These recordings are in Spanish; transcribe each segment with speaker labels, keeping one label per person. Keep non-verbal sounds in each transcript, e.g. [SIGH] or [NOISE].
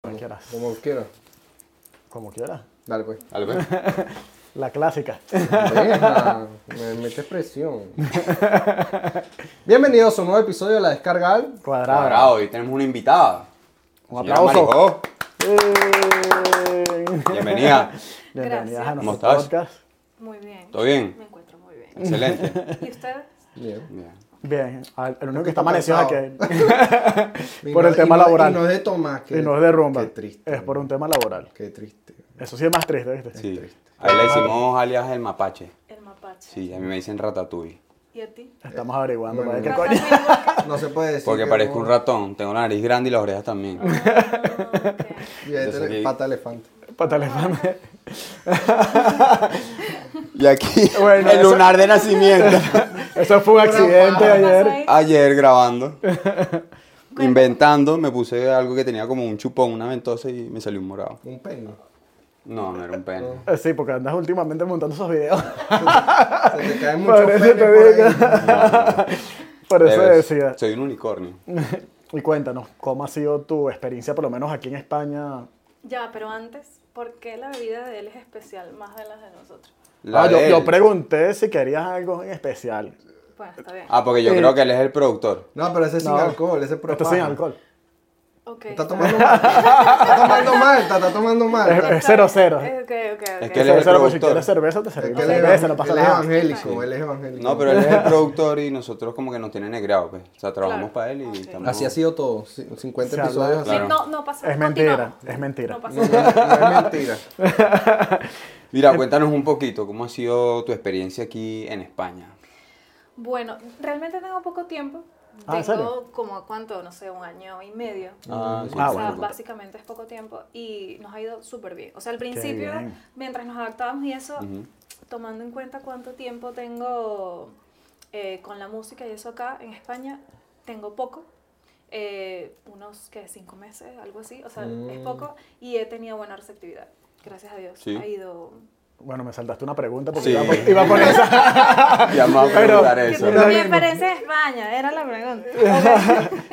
Speaker 1: Como quiera.
Speaker 2: Como quiera.
Speaker 1: Dale, pues.
Speaker 2: [LAUGHS]
Speaker 3: Dale, pues.
Speaker 2: La clásica.
Speaker 1: Deja, me metes presión. Bienvenidos a un nuevo episodio de La Descarga Al.
Speaker 2: Cuadrada.
Speaker 3: Ahora, hoy tenemos una invitada.
Speaker 2: Un
Speaker 3: Señora
Speaker 2: aplauso.
Speaker 3: Marijó,
Speaker 2: Bien. [LAUGHS]
Speaker 3: bienvenida.
Speaker 2: Bienvenidas a
Speaker 4: Gracias.
Speaker 3: ¿Cómo
Speaker 2: nuestro
Speaker 3: estás?
Speaker 2: podcast.
Speaker 4: Muy bien.
Speaker 3: ¿Todo bien?
Speaker 4: Me encuentro muy bien.
Speaker 3: Excelente.
Speaker 4: ¿Y ustedes?
Speaker 1: Bien.
Speaker 3: Bien.
Speaker 2: Bien. Al- El único que está
Speaker 1: Estoy
Speaker 2: amanecido es
Speaker 1: cansado.
Speaker 2: aquel.
Speaker 1: Y
Speaker 2: Por el
Speaker 1: y
Speaker 2: tema laboral.
Speaker 1: Y no es de tomar.
Speaker 2: [LAUGHS] Y no es de rumba.
Speaker 1: Qué triste.
Speaker 2: Es por un tema laboral.
Speaker 1: Qué triste.
Speaker 2: Eso sí es más triste, ¿viste?
Speaker 3: Sí. Ahí le hicimos alias el mapache.
Speaker 4: El mapache.
Speaker 3: Sí, a mí me dicen ratatouille.
Speaker 4: ¿Y a ti?
Speaker 2: Estamos averiguando para
Speaker 1: Bueno.
Speaker 2: ver qué
Speaker 4: Ratatouille,
Speaker 2: coño.
Speaker 4: porque-
Speaker 1: No se puede decir.
Speaker 3: Porque
Speaker 1: que
Speaker 3: parezco
Speaker 1: no-
Speaker 3: un ratón. Tengo la nariz grande y las orejas también.
Speaker 4: Ah, ok.
Speaker 1: Y ahí
Speaker 3: Yo soy
Speaker 1: tenés
Speaker 3: gay.
Speaker 1: pata de elefante.
Speaker 2: [LAUGHS] Patalefame.
Speaker 3: Y aquí,
Speaker 2: Bueno,
Speaker 3: el
Speaker 2: eso-
Speaker 3: lunar de nacimiento.
Speaker 2: Eso fue un accidente
Speaker 1: paja.
Speaker 2: ayer.
Speaker 4: Pasa
Speaker 3: [LAUGHS]
Speaker 2: [LAUGHS]
Speaker 3: Ayer grabando, inventando, me puse algo que tenía como un chupón, una ventosa y me salió un morado.
Speaker 1: Un pene.
Speaker 3: No, no era un pene.
Speaker 2: Eh, Sí, porque andas últimamente montando esos videos. [LAUGHS]
Speaker 1: Se te caen muchos
Speaker 2: Por eso
Speaker 1: penes
Speaker 2: te
Speaker 1: por
Speaker 2: digo.
Speaker 1: ahí.
Speaker 2: [LAUGHS] Por eso
Speaker 3: Debes.
Speaker 2: decía. Ah,
Speaker 3: Soy un unicornio.
Speaker 2: Y cuéntanos, ¿cómo ha sido tu experiencia, por lo menos aquí en España?
Speaker 4: Ya, pero antes, ¿por qué la bebida de él es especial más de las de nosotros?
Speaker 3: La
Speaker 2: Ah, yo,
Speaker 3: de
Speaker 2: yo
Speaker 3: él.
Speaker 2: pregunté si querías algo en especial.
Speaker 4: Bueno, está bien.
Speaker 3: Ah, porque yo
Speaker 2: Eh.
Speaker 3: creo que él es el productor.
Speaker 1: No, pero ese es sin
Speaker 2: No.
Speaker 1: alcohol, ese es puro
Speaker 2: Esto es
Speaker 1: paja.
Speaker 2: sin alcohol.
Speaker 4: Ok.
Speaker 1: Está tomando mal. Está tomando mal, está, está tomando mal.
Speaker 2: Es-
Speaker 1: Está-
Speaker 2: es cero cero.
Speaker 4: Eh, Ok, ok, ok.
Speaker 3: Es que él es
Speaker 2: Cero, pero si
Speaker 3: el productor.
Speaker 2: quieres cerveza, te
Speaker 1: Es
Speaker 2: servimos
Speaker 1: que él es
Speaker 2: cerveza, no pasa
Speaker 1: él es
Speaker 2: nada.
Speaker 1: evangélico, él es evangélico.
Speaker 3: No, pero él es
Speaker 4: [LAUGHS]
Speaker 3: el productor y nosotros como que nos tiene negreado, pues. O sea, trabajamos
Speaker 4: Claro. Ah,
Speaker 3: para él y
Speaker 4: Ok.
Speaker 3: estamos...
Speaker 1: Así ha sido todo, ci- 50
Speaker 2: Se habla-
Speaker 1: episodios así.
Speaker 4: Sí,
Speaker 3: Claro.
Speaker 4: No, no pasa
Speaker 2: Es mentira,
Speaker 4: continuamos.
Speaker 2: es mentira.
Speaker 4: No pasa
Speaker 1: No, no,
Speaker 4: nada.
Speaker 1: no
Speaker 2: [LAUGHS]
Speaker 1: es mentira.
Speaker 3: Mira, cuéntanos un poquito, ¿cómo ha sido tu experiencia aquí en España?
Speaker 4: Bueno, realmente tengo poco tiempo.
Speaker 2: Ah, ¿en serio?
Speaker 4: Tengo como, ¿cuánto? No sé, un año y medio.
Speaker 3: Ah, sí,
Speaker 2: Ah,
Speaker 4: o sea,
Speaker 2: bueno.
Speaker 4: básicamente es poco tiempo y nos ha ido súper bien. O sea, al principio,
Speaker 2: bien.
Speaker 4: mientras nos adaptábamos y eso,
Speaker 3: Ujú.
Speaker 4: tomando en cuenta cuánto tiempo tengo eh, con la música y eso acá en España, tengo poco. eh, unos que cinco meses, algo así, o sea, es
Speaker 1: Mm.
Speaker 4: poco y he tenido buena receptividad, gracias a Dios.
Speaker 3: Sí.
Speaker 4: Ha ido.
Speaker 2: Bueno, me saltaste una pregunta porque
Speaker 3: Sí.
Speaker 2: iba, por, iba por esa.
Speaker 3: Ya me voy a
Speaker 2: Pero-
Speaker 3: preguntar
Speaker 4: ¿Qué
Speaker 3: eso.
Speaker 2: Pero-
Speaker 4: mi experiencia en España? Era la pregunta.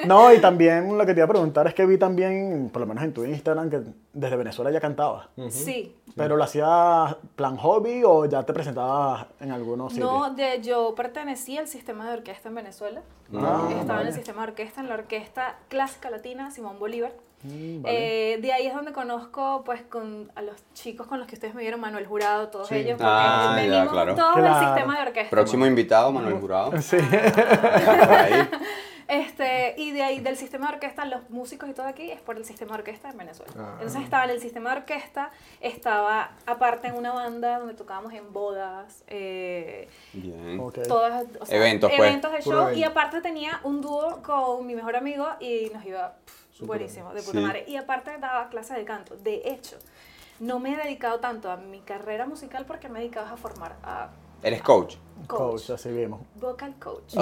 Speaker 2: No, y también lo que te iba a preguntar es que vi también, por lo menos en tu Instagram, que desde Venezuela ya cantabas.
Speaker 4: Sí,
Speaker 2: ¿Pero lo hacías plan hobby o ya te presentabas en algunos sitios?
Speaker 4: No, de, yo pertenecía al sistema de orquesta en Venezuela.
Speaker 3: Ah,
Speaker 4: Estaba en
Speaker 2: vale.
Speaker 4: el sistema de orquesta, en la orquesta clásica latina Simón Bolívar.
Speaker 2: Mm, vale.
Speaker 4: Eh, de ahí es donde conozco pues con a los chicos con los que ustedes me vieron, Manuel Jurado, todos
Speaker 1: Sí.
Speaker 4: ellos, porque
Speaker 3: Ah, ya,
Speaker 4: venimos
Speaker 3: claro.
Speaker 4: todos
Speaker 2: Claro.
Speaker 4: del sistema de orquesta.
Speaker 3: Próximo invitado, Manuel
Speaker 4: [LAUGHS]
Speaker 3: Jurado.
Speaker 2: Sí.
Speaker 3: Ahí.
Speaker 4: Este, y de ahí del sistema de orquesta, los músicos y todo aquí es por el sistema de orquesta en Venezuela.
Speaker 1: Ah.
Speaker 4: Entonces estaba en el sistema de orquesta, estaba aparte en una banda donde tocábamos en bodas, eh,
Speaker 3: Bien.
Speaker 2: Ok.
Speaker 4: todas o sea,
Speaker 3: Eventos, pues.
Speaker 4: de
Speaker 1: Puro
Speaker 4: show
Speaker 1: evento.
Speaker 4: y aparte tenía un dúo con mi mejor amigo y nos iba pff,
Speaker 1: Súper
Speaker 4: buenísimo de puta
Speaker 3: Sí.
Speaker 4: madre y aparte daba clases de canto de hecho no me he dedicado tanto a mi carrera musical porque me he dedicado a formar a
Speaker 3: Eres
Speaker 4: [LAUGHS]
Speaker 3: coach. [LAUGHS]
Speaker 4: coach,
Speaker 2: Coach, así vimos.
Speaker 4: vocal coach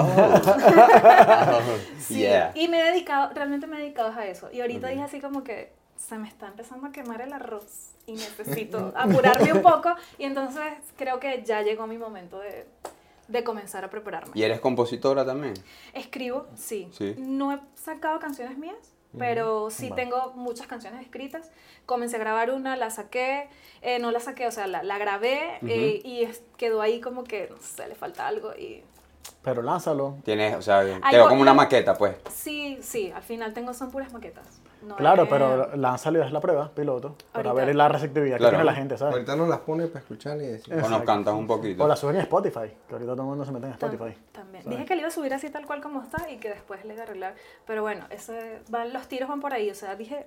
Speaker 4: Sí,
Speaker 3: Oh, Yeah.
Speaker 4: y me he dedicado realmente me he dedicado a eso y ahorita dije así como que se me está empezando a quemar el arroz y necesito apurarme un poco y entonces creo que ya llegó mi momento de, de comenzar a prepararme
Speaker 3: ¿Y eres compositora también?
Speaker 4: Escribo, sí.
Speaker 3: Sí.
Speaker 4: No he sacado canciones mías, pero sí
Speaker 2: Vale.
Speaker 4: tengo muchas canciones escritas. Comencé a grabar una, la saqué, eh, no la saqué, o sea, la, la grabé eh, y es- quedó ahí como que, no sé, le falta algo y...
Speaker 2: Pero lánzalo.
Speaker 3: Tienes, o sea,
Speaker 4: Ay,
Speaker 3: quedó
Speaker 4: no,
Speaker 3: como una
Speaker 4: no.
Speaker 3: maqueta, pues.
Speaker 4: Sí, sí, al final tengo, son puras maquetas. No
Speaker 2: Claro,
Speaker 4: es-
Speaker 2: pero lánzalo y haz la prueba, piloto, para
Speaker 4: Ahorita.
Speaker 2: ver la receptividad
Speaker 3: Claro.
Speaker 2: que tiene la gente, ¿sabes?
Speaker 1: Ahorita nos las pone para escuchar y decir.
Speaker 3: O nos
Speaker 2: Exacto.
Speaker 3: cantas un poquito.
Speaker 2: O la suben en Spotify, que ahorita todo el mundo se mete en
Speaker 4: Tam-
Speaker 2: Spotify.
Speaker 4: También.
Speaker 2: ¿sabes?
Speaker 4: Dije que le iba a subir así tal cual como está y que después le iba a arreglar. Pero bueno, ese, van, los tiros van por ahí. O sea, dije,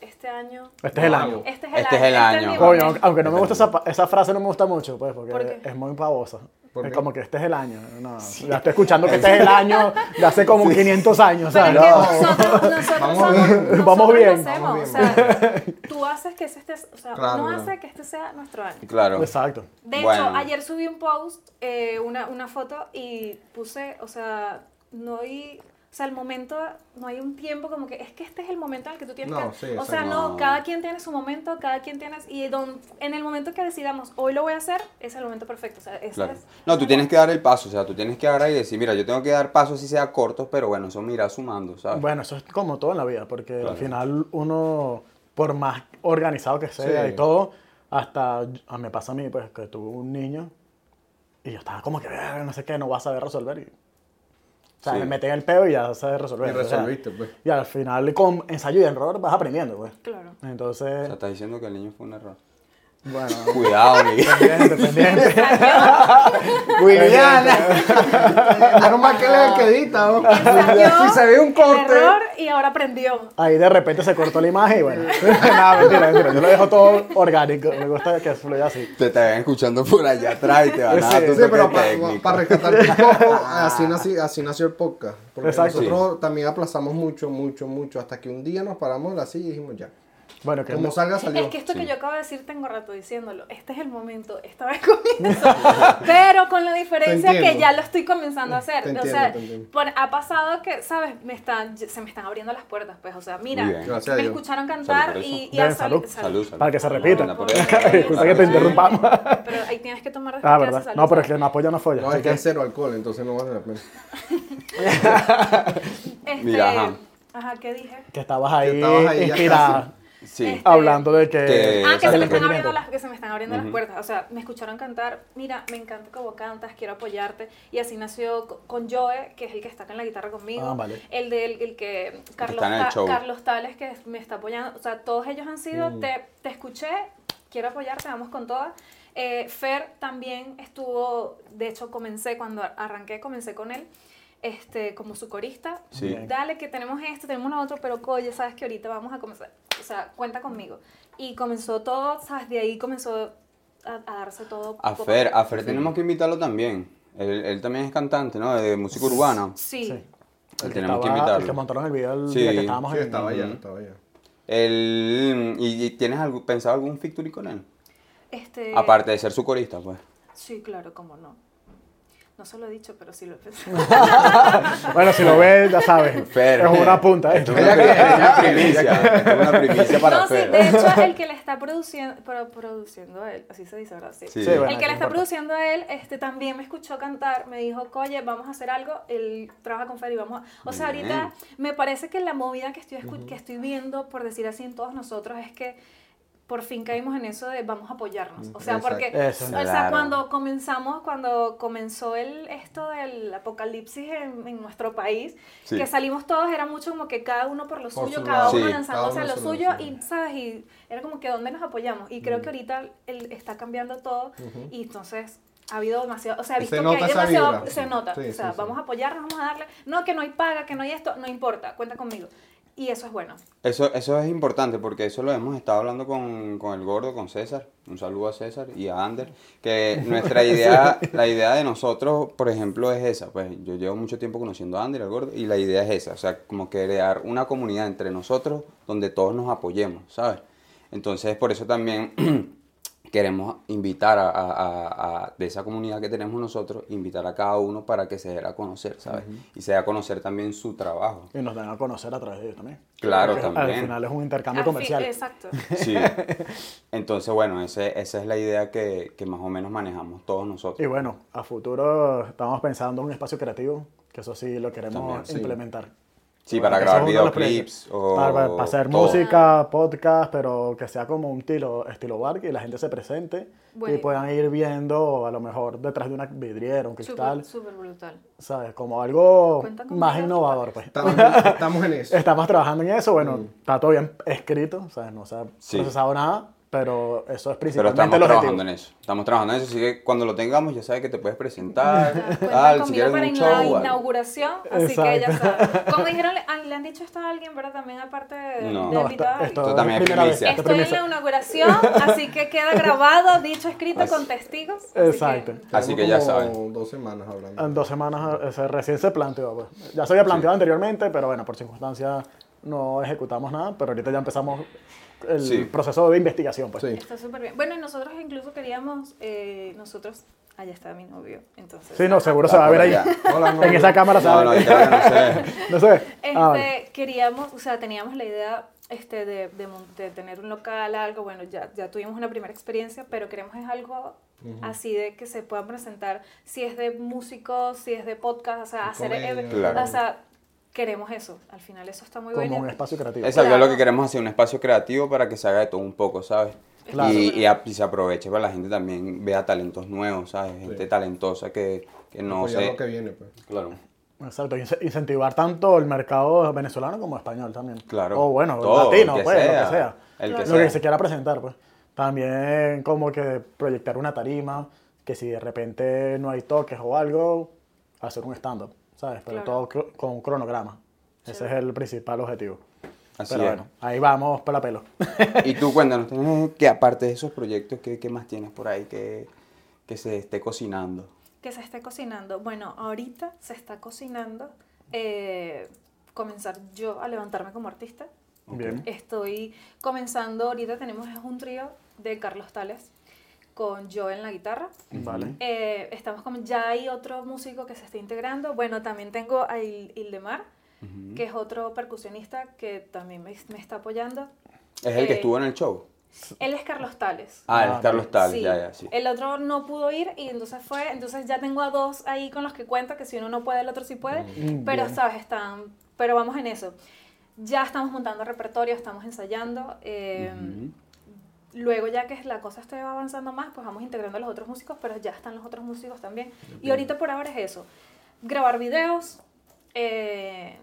Speaker 4: este año...
Speaker 2: Este es el
Speaker 1: No,
Speaker 2: año.
Speaker 4: Este es el
Speaker 3: Este es
Speaker 4: año.
Speaker 3: el
Speaker 4: este es
Speaker 3: año.
Speaker 4: mi
Speaker 2: Coño,
Speaker 4: momento.
Speaker 2: aunque- aunque no me gusta esa, pa- esa frase, no me gusta mucho, pues, porque
Speaker 4: ¿Por qué?
Speaker 2: es muy pavosa.
Speaker 1: ¿Por
Speaker 2: Es
Speaker 1: qué?
Speaker 2: como que este es el año. No, Ya estoy escuchando que este es el año de hace como 500 años,
Speaker 4: Pero
Speaker 2: ¿sabes?
Speaker 4: es que nosotros, nosotros
Speaker 1: Vamos
Speaker 4: somos-
Speaker 1: bien.
Speaker 4: nosotros
Speaker 2: Vamos
Speaker 4: lo
Speaker 2: bien.
Speaker 4: hacemos,
Speaker 1: Vamos bien,
Speaker 4: o
Speaker 1: [LAUGHS]
Speaker 4: sea, tú haces que este, o sea,
Speaker 1: Claro,
Speaker 4: no
Speaker 1: claro.
Speaker 4: hace que este sea nuestro año.
Speaker 3: Claro.
Speaker 2: Exacto.
Speaker 4: De
Speaker 3: Bueno.
Speaker 4: hecho, ayer subí un post, eh, una, una foto y puse, o sea, no hay, o sea, el momento, no hay un tiempo como que es que este es el momento en el que tú tienes
Speaker 1: No,
Speaker 4: que,
Speaker 1: sí,
Speaker 4: o
Speaker 1: exacto.
Speaker 4: sea, no,
Speaker 3: No.
Speaker 4: cada quien tiene su momento, cada quien tiene y don- en el momento que decidamos hoy lo voy a hacer es el momento perfecto, o sea, ese
Speaker 3: Claro.
Speaker 4: es-
Speaker 3: No, tú tienes que dar el paso, o sea, tú tienes que agarrar y decir, mira, yo tengo que dar pasos así sea cortos, pero bueno, eso mira sumando, ¿sabes?
Speaker 2: Bueno, eso es como todo en la vida, porque
Speaker 3: Claro.
Speaker 2: al final uno por más organizado que sea
Speaker 3: Sí.
Speaker 2: y todo, hasta ah, me pasa a mí, pues, que tuve un niño y yo estaba como que, "Verga, no sé qué, no vas a saber resolver. Y, o sea,
Speaker 3: Sí.
Speaker 2: me metí en el peo y ya sabes resolver.
Speaker 1: Y
Speaker 2: o sea,
Speaker 1: resolviste, pues.
Speaker 2: Y al final, con ensayo y error, vas aprendiendo, pues.
Speaker 1: [LAUGHS]
Speaker 4: Claro.
Speaker 3: O
Speaker 2: Entonces,
Speaker 3: sea, estás diciendo que el niño fue un error.
Speaker 2: bueno,
Speaker 3: Cuidado,
Speaker 2: [LAUGHS]
Speaker 3: Miguel.
Speaker 2: pendiente, pendiente.
Speaker 1: [LAUGHS]
Speaker 2: [LAUGHS]
Speaker 1: Menos mal que él es el que edita, ¿no? [LAUGHS]
Speaker 4: Ensayó
Speaker 1: Si se ve un
Speaker 4: el
Speaker 1: corte.
Speaker 4: error y ahora aprendió.
Speaker 2: Ahí de repente se cortó la imagen y bueno. [LAUGHS] Nada, mentira, mentira. Yo lo dejo todo orgánico. Me gusta que fluya así.
Speaker 3: Te estaban escuchando por allá atrás y te van a dar
Speaker 2: Sí,
Speaker 3: tu
Speaker 1: Sí,
Speaker 3: toque
Speaker 1: pero para
Speaker 3: técnico.
Speaker 1: rescatar un
Speaker 3: [LAUGHS]
Speaker 1: poco, así nació, así nació el podcast. Porque
Speaker 2: Exacto.
Speaker 1: nosotros también aplazamos mucho, mucho, mucho, hasta que un día nos paramos así y dijimos ya.
Speaker 2: Bueno, que
Speaker 1: Como salga, salió.
Speaker 4: Es que esto que yo acabo de decir tengo rato diciéndolo. Este es el momento, esta vez [LAUGHS] comienzo. pero con la diferencia
Speaker 1: Te entiendo.
Speaker 4: que ya lo estoy comenzando a hacer.
Speaker 1: Te
Speaker 4: o
Speaker 1: entiendo,
Speaker 4: sea,
Speaker 1: te entiendo.
Speaker 4: por- ha pasado que, ¿sabes? Me están, se me están abriendo las puertas, pues. O sea, mira,
Speaker 3: Muy bien.
Speaker 4: me
Speaker 1: Gracias a Dios.
Speaker 4: escucharon cantar
Speaker 3: Salud por eso.
Speaker 4: y, y
Speaker 2: Bien,
Speaker 4: al sal-
Speaker 2: salud.
Speaker 3: Salud, salud.
Speaker 2: Para que se repita.
Speaker 3: Buena por
Speaker 4: Ay,
Speaker 3: ella.
Speaker 2: [LAUGHS] Disculpa que te
Speaker 4: Sí.
Speaker 2: interrumpamos.
Speaker 4: Pero ahí tienes que
Speaker 2: Ah,
Speaker 4: tomar después que haces
Speaker 2: verdad.
Speaker 4: salud.
Speaker 2: No, pero es que no apoya, no folla.
Speaker 1: No,
Speaker 2: Así
Speaker 1: es que hay cero alcohol, entonces no vale la pena.
Speaker 4: Este,
Speaker 3: Mira, ajá.
Speaker 4: ajá, ¿qué dije?
Speaker 2: que estabas ahí,
Speaker 1: estabas ahí ya
Speaker 2: inspirada. Eh,
Speaker 3: Sí.
Speaker 2: Hablando de que.
Speaker 3: Que-
Speaker 4: Ah, que se,
Speaker 3: Exacto.
Speaker 4: me están
Speaker 2: emprendimiento.
Speaker 4: abriendo las, que se me están abriendo las puertas. O sea, me escucharon cantar, mira, me encanta cómo cantas, quiero apoyarte. Y así nació co- con Joe, que es el que está con la guitarra conmigo.
Speaker 2: Ah, vale.
Speaker 4: El del el que Carlos,
Speaker 3: está en el
Speaker 4: Ta-
Speaker 3: show.
Speaker 4: Carlos Tales, que es- me está apoyando. O sea, todos ellos han sido,
Speaker 2: Mm.
Speaker 4: te, te escuché, quiero apoyarte, vamos con todas. Eh, Fer también estuvo, de hecho comencé, cuando ar- arranqué, comencé con él. Este, como su corista,
Speaker 3: Sí.
Speaker 2: Bien.
Speaker 4: dale, que tenemos esto, tenemos lo otro, pero coye, sabes que ahorita vamos a comenzar, o sea, cuenta conmigo. Y comenzó todo, sabes, de ahí comenzó a, a darse todo.
Speaker 3: A
Speaker 4: poco
Speaker 3: Fer,
Speaker 4: poco.
Speaker 3: a Fer tenemos que invitarlo también. Él, él también es cantante, ¿no? De música urbana.
Speaker 4: Sí.
Speaker 2: Sí.
Speaker 3: Él tenemos que
Speaker 2: Estaba- El que
Speaker 3: invitarlo.
Speaker 2: montaron el video el
Speaker 3: Sí.
Speaker 2: día que estábamos
Speaker 1: Sí,
Speaker 2: en.
Speaker 1: estaba ya, estaba ya.
Speaker 3: Él- ¿y, y tienes algo- pensado algún featuring con él?
Speaker 2: Eh.
Speaker 4: Este,
Speaker 3: Aparte de ser su corista, pues.
Speaker 4: Sí, claro, cómo no. No se lo he dicho, pero sí lo he pensado.
Speaker 2: [LAUGHS] Bueno, si lo ves, ya sabes.
Speaker 3: Fer.
Speaker 2: es una punta. ¿eh?
Speaker 3: Esto es una, pri- esto es una primicia. Esto es una primicia para
Speaker 4: no, sí,
Speaker 3: Fer.
Speaker 4: de hecho, el que le está produciendo, pro- produciendo a él, así se dice, ¿verdad? Sí.
Speaker 3: Sí.
Speaker 2: Sí, bueno,
Speaker 4: El
Speaker 2: no
Speaker 4: que le está
Speaker 2: importa.
Speaker 4: produciendo a él, este, también me escuchó cantar, me dijo, oye, vamos a hacer algo, él trabaja con Fer y vamos a... O sea,
Speaker 3: Bien.
Speaker 4: ahorita me parece que la movida que estoy, escu- que estoy viendo, por decir así, en todos nosotros es que por fin caímos en eso de vamos a apoyarnos. O sea,
Speaker 1: Exacto.
Speaker 4: porque
Speaker 2: Eso.
Speaker 4: o sea,
Speaker 3: Claro.
Speaker 4: cuando comenzamos, cuando comenzó el, esto del apocalipsis en, en nuestro país,
Speaker 3: Sí.
Speaker 4: que salimos todos, era mucho como que cada uno por lo
Speaker 1: Por
Speaker 4: suyo,
Speaker 1: su
Speaker 4: cada
Speaker 3: lado.
Speaker 4: uno
Speaker 3: Sí.
Speaker 4: lanzándose
Speaker 1: Cada uno
Speaker 4: a lo
Speaker 1: solo,
Speaker 4: suyo
Speaker 1: sí.
Speaker 4: y ¿sabes? Y era como que dónde nos apoyamos. Y
Speaker 3: Mm.
Speaker 4: creo que ahorita el- está cambiando todo y entonces ha habido demasiado, o sea, he
Speaker 1: Se
Speaker 4: visto
Speaker 1: nota
Speaker 4: que hay
Speaker 1: esa
Speaker 4: demasiado,
Speaker 1: vibra.
Speaker 4: se nota,
Speaker 1: Sí,
Speaker 4: o sea,
Speaker 1: sí, sí.
Speaker 4: vamos a apoyarnos, vamos a darle, no, que no hay paga, que no hay esto, no importa, cuenta conmigo. Y eso es bueno.
Speaker 3: Eso, eso es importante porque eso lo hemos estado hablando con, con el gordo, con César. Un saludo a César y a Ander. Que nuestra idea, la idea de nosotros, por ejemplo, es esa. Pues yo llevo mucho tiempo conociendo a Ander, al gordo, y la idea es esa. O sea, como que crear una comunidad entre nosotros donde todos nos apoyemos, ¿sabes? Entonces, por eso también [CLEARS THROAT] queremos invitar a, a- a- a- de esa comunidad que tenemos nosotros, invitar a cada uno para que se dé a conocer, ¿sabes? Y se dé a conocer también su trabajo.
Speaker 2: Y nos dan a conocer a través de ellos también.
Speaker 3: Claro,
Speaker 2: Porque
Speaker 3: también.
Speaker 2: Al final es un intercambio
Speaker 4: Al fin-
Speaker 2: comercial.
Speaker 3: [LAUGHS]
Speaker 4: Ah, Exacto.
Speaker 2: [LAUGHS]
Speaker 3: Sí. Entonces, bueno, ese- esa es la idea que, que más o menos manejamos todos
Speaker 2: Y
Speaker 3: nosotros.
Speaker 2: bueno, a futuro estamos pensando en un espacio creativo, que eso sí lo queremos
Speaker 3: También, sí.
Speaker 2: implementar.
Speaker 3: Sí,
Speaker 2: Bueno,
Speaker 3: para
Speaker 2: que
Speaker 3: grabar
Speaker 2: ese es uno de los
Speaker 3: videoclips
Speaker 2: proyectos.
Speaker 3: o
Speaker 2: Para, para hacer
Speaker 3: todo.
Speaker 2: música, podcast, pero que sea como un estilo, estilo bar, que la gente se presente y
Speaker 4: Bueno.
Speaker 2: puedan ir viendo a lo mejor detrás de una vidriera, un cristal,
Speaker 4: Súper,
Speaker 3: [LAUGHS]
Speaker 4: súper brutal.
Speaker 2: ¿sabes? Como algo
Speaker 4: Cuentan con
Speaker 2: más
Speaker 4: videos
Speaker 2: innovador, pues.
Speaker 1: Estamos, estamos en eso.
Speaker 2: Estamos trabajando en eso, bueno, está todo bien escrito, ¿sabes? No se ha
Speaker 3: Mm. Sí.
Speaker 2: procesado nada, pero eso es
Speaker 3: Pero
Speaker 2: principalmente
Speaker 3: estamos
Speaker 2: el objetivo.
Speaker 3: trabajando en eso. Estamos trabajando en eso, así que cuando lo tengamos ya sabes que te puedes presentar,
Speaker 4: Cuentan
Speaker 3: tal, Ah, si
Speaker 4: conmigo
Speaker 3: quieres
Speaker 4: para
Speaker 3: un
Speaker 4: in- la
Speaker 3: show. algo.
Speaker 4: inauguración, así que ya saben.
Speaker 3: [LAUGHS]
Speaker 4: Como dijeron, le- ah, le han dicho esto a alguien, ¿verdad? También aparte de,
Speaker 2: No,
Speaker 3: No.
Speaker 4: de
Speaker 2: esto,
Speaker 4: invitado.
Speaker 2: esto
Speaker 3: Esto también es
Speaker 2: primera vez,
Speaker 3: primicia.
Speaker 2: esto es
Speaker 4: Estoy en
Speaker 2: primicia.
Speaker 4: la inauguración, así que queda grabado, dicho, escrito, con testigos. así que-
Speaker 2: Exacto.
Speaker 3: Así
Speaker 1: Tenemos
Speaker 3: que ya
Speaker 1: como
Speaker 3: saben.
Speaker 1: dos semanas hablando.
Speaker 2: En dos semanas eh, se- recién se planteó. pues. Ya se había planteado anteriormente, pero bueno, por circunstancias no ejecutamos nada, pero ahorita ya empezamos el
Speaker 3: Sí.
Speaker 2: proceso de investigación. Pues.
Speaker 1: Sí.
Speaker 4: Está súper bien. Bueno, y nosotros incluso queríamos, eh, nosotros, allá está mi novio, entonces.
Speaker 2: Sí, no, seguro
Speaker 3: Está
Speaker 2: se va a
Speaker 3: por
Speaker 2: ver ahí.
Speaker 3: allá.
Speaker 2: [LAUGHS]
Speaker 1: Hola,
Speaker 2: en
Speaker 1: novio.
Speaker 2: esa cámara se va
Speaker 3: Ah, No,
Speaker 2: a
Speaker 3: no, yo
Speaker 2: ver.
Speaker 3: creo que no
Speaker 2: [LAUGHS]
Speaker 3: sé.
Speaker 2: No se ve.
Speaker 4: Este,
Speaker 2: Ah, vale.
Speaker 4: queríamos, o sea, teníamos la idea este, de, de mon- de tener un local, algo, bueno, ya, ya tuvimos una primera experiencia, pero queremos es algo así de que se puedan presentar, si es de músicos, si es de podcast, o sea, hacer,
Speaker 1: Comedia.
Speaker 4: ev-
Speaker 3: Claro.
Speaker 4: o sea, queremos eso. Al final eso está muy
Speaker 2: como
Speaker 4: bueno.
Speaker 2: un espacio creativo.
Speaker 3: Exacto,
Speaker 4: Claro.
Speaker 3: es lo que queremos hacer, un espacio creativo para que se haga de todo un poco, ¿sabes?
Speaker 4: Claro.
Speaker 3: Y, y a- y se aproveche para la gente también vea talentos nuevos, ¿sabes? Gente talentosa que, que no
Speaker 1: Apoyar
Speaker 3: sé.
Speaker 1: lo que viene, pues.
Speaker 3: Claro.
Speaker 2: Exacto, ince- incentivar tanto el mercado venezolano como español también.
Speaker 3: Claro.
Speaker 2: O bueno,
Speaker 3: Todo,
Speaker 2: latino,
Speaker 3: el que
Speaker 2: pues, lo
Speaker 3: sea,
Speaker 2: que sea.
Speaker 3: el que
Speaker 2: lo
Speaker 3: sea.
Speaker 2: que se quiera presentar, pues. También como que proyectar una tarima, que si de repente no hay toques o algo, hacer un stand-up, ¿sabes? Pero
Speaker 4: Claro.
Speaker 2: todo cro- con un cronograma. Ese es el principal objetivo.
Speaker 3: Así
Speaker 2: Pero
Speaker 3: es.
Speaker 2: bueno, ahí vamos para pelo.
Speaker 3: [LAUGHS] Y tú cuéntanos, ¿tienes- que aparte de esos proyectos, ¿qué, qué más tienes por ahí que, que se esté cocinando?
Speaker 4: que se esté cocinando. Bueno, ahorita se está cocinando eh, comenzar yo a levantarme como artista.
Speaker 2: Bien.
Speaker 4: Estoy comenzando, ahorita tenemos es un trío de Carlos Tales con yo en la guitarra.
Speaker 2: Vale.
Speaker 4: Eh, estamos como ya hay otro músico que se está integrando. Bueno, también tengo a Il- Ildemar, que es otro percusionista que también me, me está apoyando.
Speaker 3: Es el que
Speaker 4: Eh,
Speaker 3: estuvo en el show.
Speaker 4: Él es Carlos Tales.
Speaker 3: Ah,
Speaker 2: Ah,
Speaker 3: el Carlos Tales,
Speaker 4: Sí.
Speaker 3: ya, ya, sí.
Speaker 4: El otro no pudo ir y entonces fue, entonces ya tengo a dos ahí con los que cuento, que si uno no puede, el otro sí puede,
Speaker 2: Mm,
Speaker 4: pero
Speaker 2: bien.
Speaker 4: sabes, están, pero vamos en eso. Ya estamos montando repertorio, estamos ensayando. eh,
Speaker 3: Ujú.
Speaker 4: Luego ya que la cosa esté avanzando más, pues vamos integrando a los otros músicos, pero ya están los otros músicos también. Y ahorita por ahora es eso, grabar videos eh,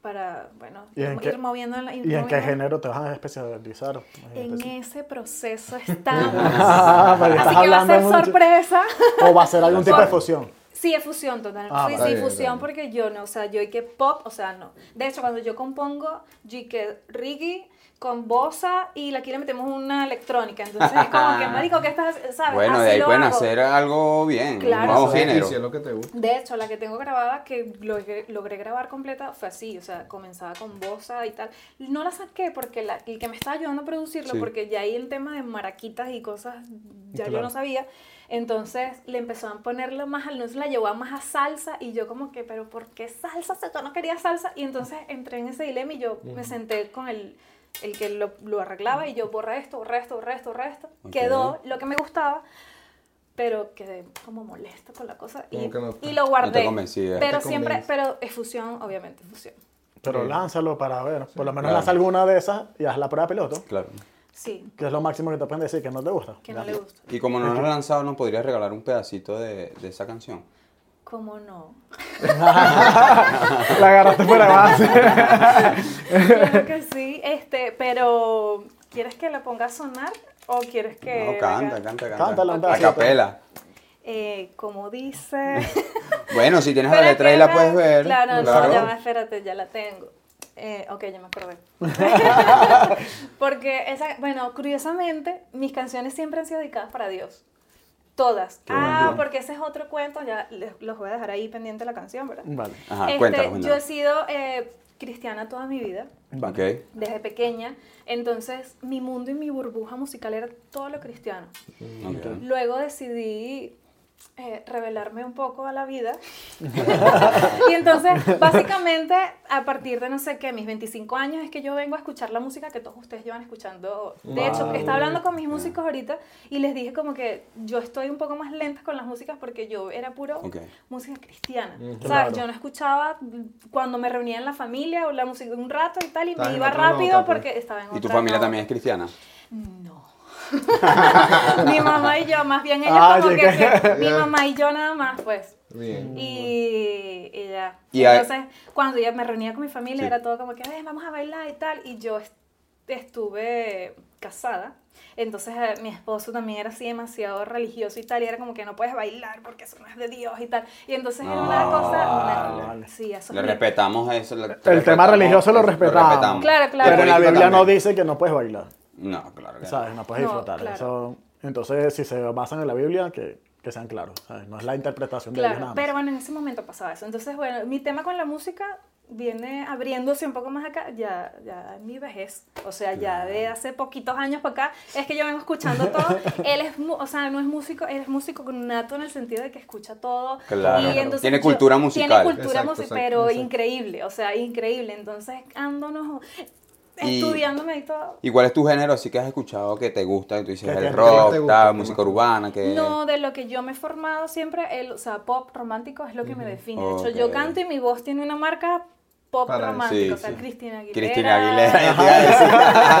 Speaker 4: para, bueno,
Speaker 2: ¿Y en
Speaker 4: ir
Speaker 2: qué-
Speaker 4: moviendo la... ir
Speaker 2: [LAUGHS] ¿Y en qué
Speaker 4: moviendo-
Speaker 2: género te vas a especializar?
Speaker 4: en
Speaker 2: Especi-
Speaker 4: ese proceso estamos.
Speaker 2: pues Ah, porque estás
Speaker 4: Así que va a
Speaker 2: hablando
Speaker 4: ser
Speaker 2: mucho.
Speaker 4: sorpresa. [LAUGHS]
Speaker 2: ¿O va a ser algún tipo de fusión?
Speaker 4: Sí, es fusión total.
Speaker 2: Ah, vale.
Speaker 4: sí, sí,
Speaker 1: Está bien,
Speaker 4: fusión
Speaker 1: está
Speaker 4: porque yo no, o sea, yo y que pop, o sea, no. De hecho, cuando yo compongo, yo y que reggae con bossa y la- aquí le metemos una electrónica. Entonces es
Speaker 2: [LAUGHS]
Speaker 4: como que, marico, ¿qué estás haciendo? ¿Sabes?
Speaker 3: Bueno,
Speaker 4: Así
Speaker 3: de ahí
Speaker 4: lo
Speaker 3: pueden
Speaker 4: hago.
Speaker 3: hacer algo bien,
Speaker 4: Claro.
Speaker 3: un nuevo
Speaker 4: Eso es
Speaker 3: género.
Speaker 1: Y si es lo que te gusta.
Speaker 4: De hecho, la que tengo grabada, que logré, logré grabar completa, fue así, o sea, comenzaba con bossa y tal. No la saqué porque la, el que me estaba ayudando a producirlo,
Speaker 3: Sí.
Speaker 4: porque ya ahí el tema de maraquitas y cosas, ya yo
Speaker 2: Claro.
Speaker 4: no sabía. Entonces le empezó a ponerlo más al se la llevaba más a salsa y yo como que, pero ¿por qué salsa? O sea, yo no quería salsa. Y entonces entré en ese dilema y yo me senté con el, el que lo, lo arreglaba y yo borré esto, borré esto, borré esto, borré esto.
Speaker 3: Ok.
Speaker 4: Quedó lo que me gustaba, pero quedé como molesta con la cosa y,
Speaker 1: Como que no-
Speaker 4: y lo guardé.
Speaker 3: convencía.
Speaker 4: Pero
Speaker 1: No te
Speaker 4: siempre,
Speaker 1: convence.
Speaker 4: pero es fusión, obviamente, fusión.
Speaker 2: Pero
Speaker 1: Sí.
Speaker 2: lánzalo para ver. Por lo menos
Speaker 3: Claro.
Speaker 2: lanza alguna de esas y haz la prueba piloto.
Speaker 3: Claro.
Speaker 4: Sí,
Speaker 2: Que es lo máximo que te pueden decir que no te gusta.
Speaker 4: que no
Speaker 2: Ya.
Speaker 4: le gusta.
Speaker 3: Y como no nos has lanzado, ¿nos podrías regalar un pedacito de, de esa canción?
Speaker 4: ¿Cómo no?
Speaker 2: [LAUGHS] La agarraste por abajo.
Speaker 4: [LAUGHS] Claro que sí, este, pero ¿quieres que la ponga a sonar o quieres que
Speaker 3: No,
Speaker 4: la
Speaker 3: canta,
Speaker 4: haga?
Speaker 3: canta, canta.
Speaker 2: Cántala,
Speaker 4: cántala.
Speaker 3: A capela.
Speaker 4: Eh, como dice.
Speaker 3: [LAUGHS] Bueno, si tienes la
Speaker 4: Espera
Speaker 3: letra
Speaker 4: que
Speaker 3: ahí la
Speaker 4: no-
Speaker 3: puedes ver.
Speaker 4: Claro, no, ya va, espérate, ya la tengo. Eh, ok, ya me acordé.
Speaker 3: [LAUGHS]
Speaker 4: Porque, esa, bueno, curiosamente, mis canciones siempre han sido dedicadas para Dios. Todas.
Speaker 3: Qué
Speaker 4: ah,
Speaker 3: bueno.
Speaker 4: porque ese es otro cuento, ya les- los voy a dejar ahí pendiente la canción, ¿verdad?
Speaker 2: Vale,
Speaker 3: Ajá,
Speaker 4: Este,
Speaker 3: cuéntalo,
Speaker 4: Yo
Speaker 3: cuéntalo.
Speaker 4: he sido eh, cristiana toda mi vida,
Speaker 2: vale.
Speaker 3: Ok.
Speaker 4: desde pequeña. Entonces, mi mundo y mi burbuja musical era todo lo cristiano.
Speaker 3: ok.
Speaker 4: Luego decidí eh, revelarme un poco a
Speaker 3: [LAUGHS]
Speaker 4: la vida. y entonces, básicamente, a partir de no sé qué, mis 25 años, es que yo vengo a escuchar la música que todos ustedes llevan escuchando. De hecho,
Speaker 2: Wow.
Speaker 4: estaba hablando
Speaker 3: Ah.
Speaker 4: con mis músicos ahorita y les dije como que yo estoy un poco más lenta con las músicas porque yo era puro
Speaker 3: Ok.
Speaker 4: música cristiana.
Speaker 1: Mm,
Speaker 4: ¿Sabes?
Speaker 2: claro.
Speaker 4: Yo no escuchaba cuando me reunía en la familia o la música un rato y tal, y
Speaker 1: Estaba
Speaker 4: me
Speaker 1: en
Speaker 4: iba
Speaker 1: otra
Speaker 4: rápido
Speaker 1: nota, pues.
Speaker 4: porque estaba en
Speaker 3: ¿Y tu
Speaker 4: otra
Speaker 3: familia
Speaker 4: nota.
Speaker 3: también es cristiana?
Speaker 4: No. [LAUGHS] mi mamá y yo, más bien ellos
Speaker 2: Ah,
Speaker 4: como que,
Speaker 2: llegué.
Speaker 3: [LAUGHS]
Speaker 4: que mi mamá y yo nada más, pues.
Speaker 1: Bien.
Speaker 4: Y, y ya.
Speaker 3: Y ahí-
Speaker 4: Entonces, cuando ya me reunía con mi familia,
Speaker 3: Sí.
Speaker 4: era todo como que, "Ven, vamos a bailar y tal. Y yo est- estuve casada. Entonces, eh, mi esposo también era así demasiado religioso y tal. Y era como que no puedes bailar porque eso no es de Dios y tal. Y entonces era una
Speaker 3: No,
Speaker 4: cosa.
Speaker 3: Ah, vale.
Speaker 4: una- sí, eso
Speaker 3: Le
Speaker 4: me-
Speaker 3: respetamos eso. le-
Speaker 2: El tema
Speaker 3: respetamos-
Speaker 2: religioso lo respetamos.
Speaker 4: Claro, claro.
Speaker 2: Pero en la
Speaker 3: político
Speaker 2: Biblia no
Speaker 3: también.
Speaker 2: dice que no puedes bailar.
Speaker 3: No, claro que no.
Speaker 2: ¿Sabes? No puedes
Speaker 4: No,
Speaker 2: disfrutar.
Speaker 4: claro.
Speaker 2: Eso- entonces, si se basan en la Biblia, que, que sean claros. ¿sabes? No es la interpretación de
Speaker 4: Claro,
Speaker 2: ellos nada
Speaker 4: pero
Speaker 2: más.
Speaker 4: bueno, en ese momento pasaba eso. Entonces, bueno, mi tema con la música viene abriéndose un poco más acá, ya, ya en mi vejez, o sea, ya de hace poquitos años para acá, es que yo vengo escuchando todo. él es, mu- o sea, no es músico, él es músico nato en el sentido de que escucha todo.
Speaker 3: Claro.
Speaker 4: Y entonces
Speaker 3: Tiene cultura musical.
Speaker 4: Tiene cultura
Speaker 1: Exacto,
Speaker 4: musical,
Speaker 1: exacto,
Speaker 4: pero
Speaker 1: exacto.
Speaker 4: increíble, o sea, increíble. Entonces, ándonos
Speaker 3: Y-
Speaker 4: estudiándome y todo.
Speaker 3: ¿Y cuál es tu género así que has escuchado que te gusta? Que tú dices
Speaker 2: Que te-
Speaker 3: el
Speaker 1: que más
Speaker 3: rock,
Speaker 1: te gusta,
Speaker 3: tal,
Speaker 1: que
Speaker 3: música
Speaker 1: más-
Speaker 3: urbana, que...
Speaker 4: No, de lo que yo me he formado siempre, el, o sea, pop romántico es lo que me define. De hecho,
Speaker 3: Ok.
Speaker 4: yo canto y mi voz tiene una marca pop
Speaker 1: Para-
Speaker 4: romántico.
Speaker 3: sí,
Speaker 4: o sea,
Speaker 3: sí.
Speaker 4: Cristina Aguilera.
Speaker 3: Cristina [LAUGHS] Aguilera. te iba [LAUGHS] a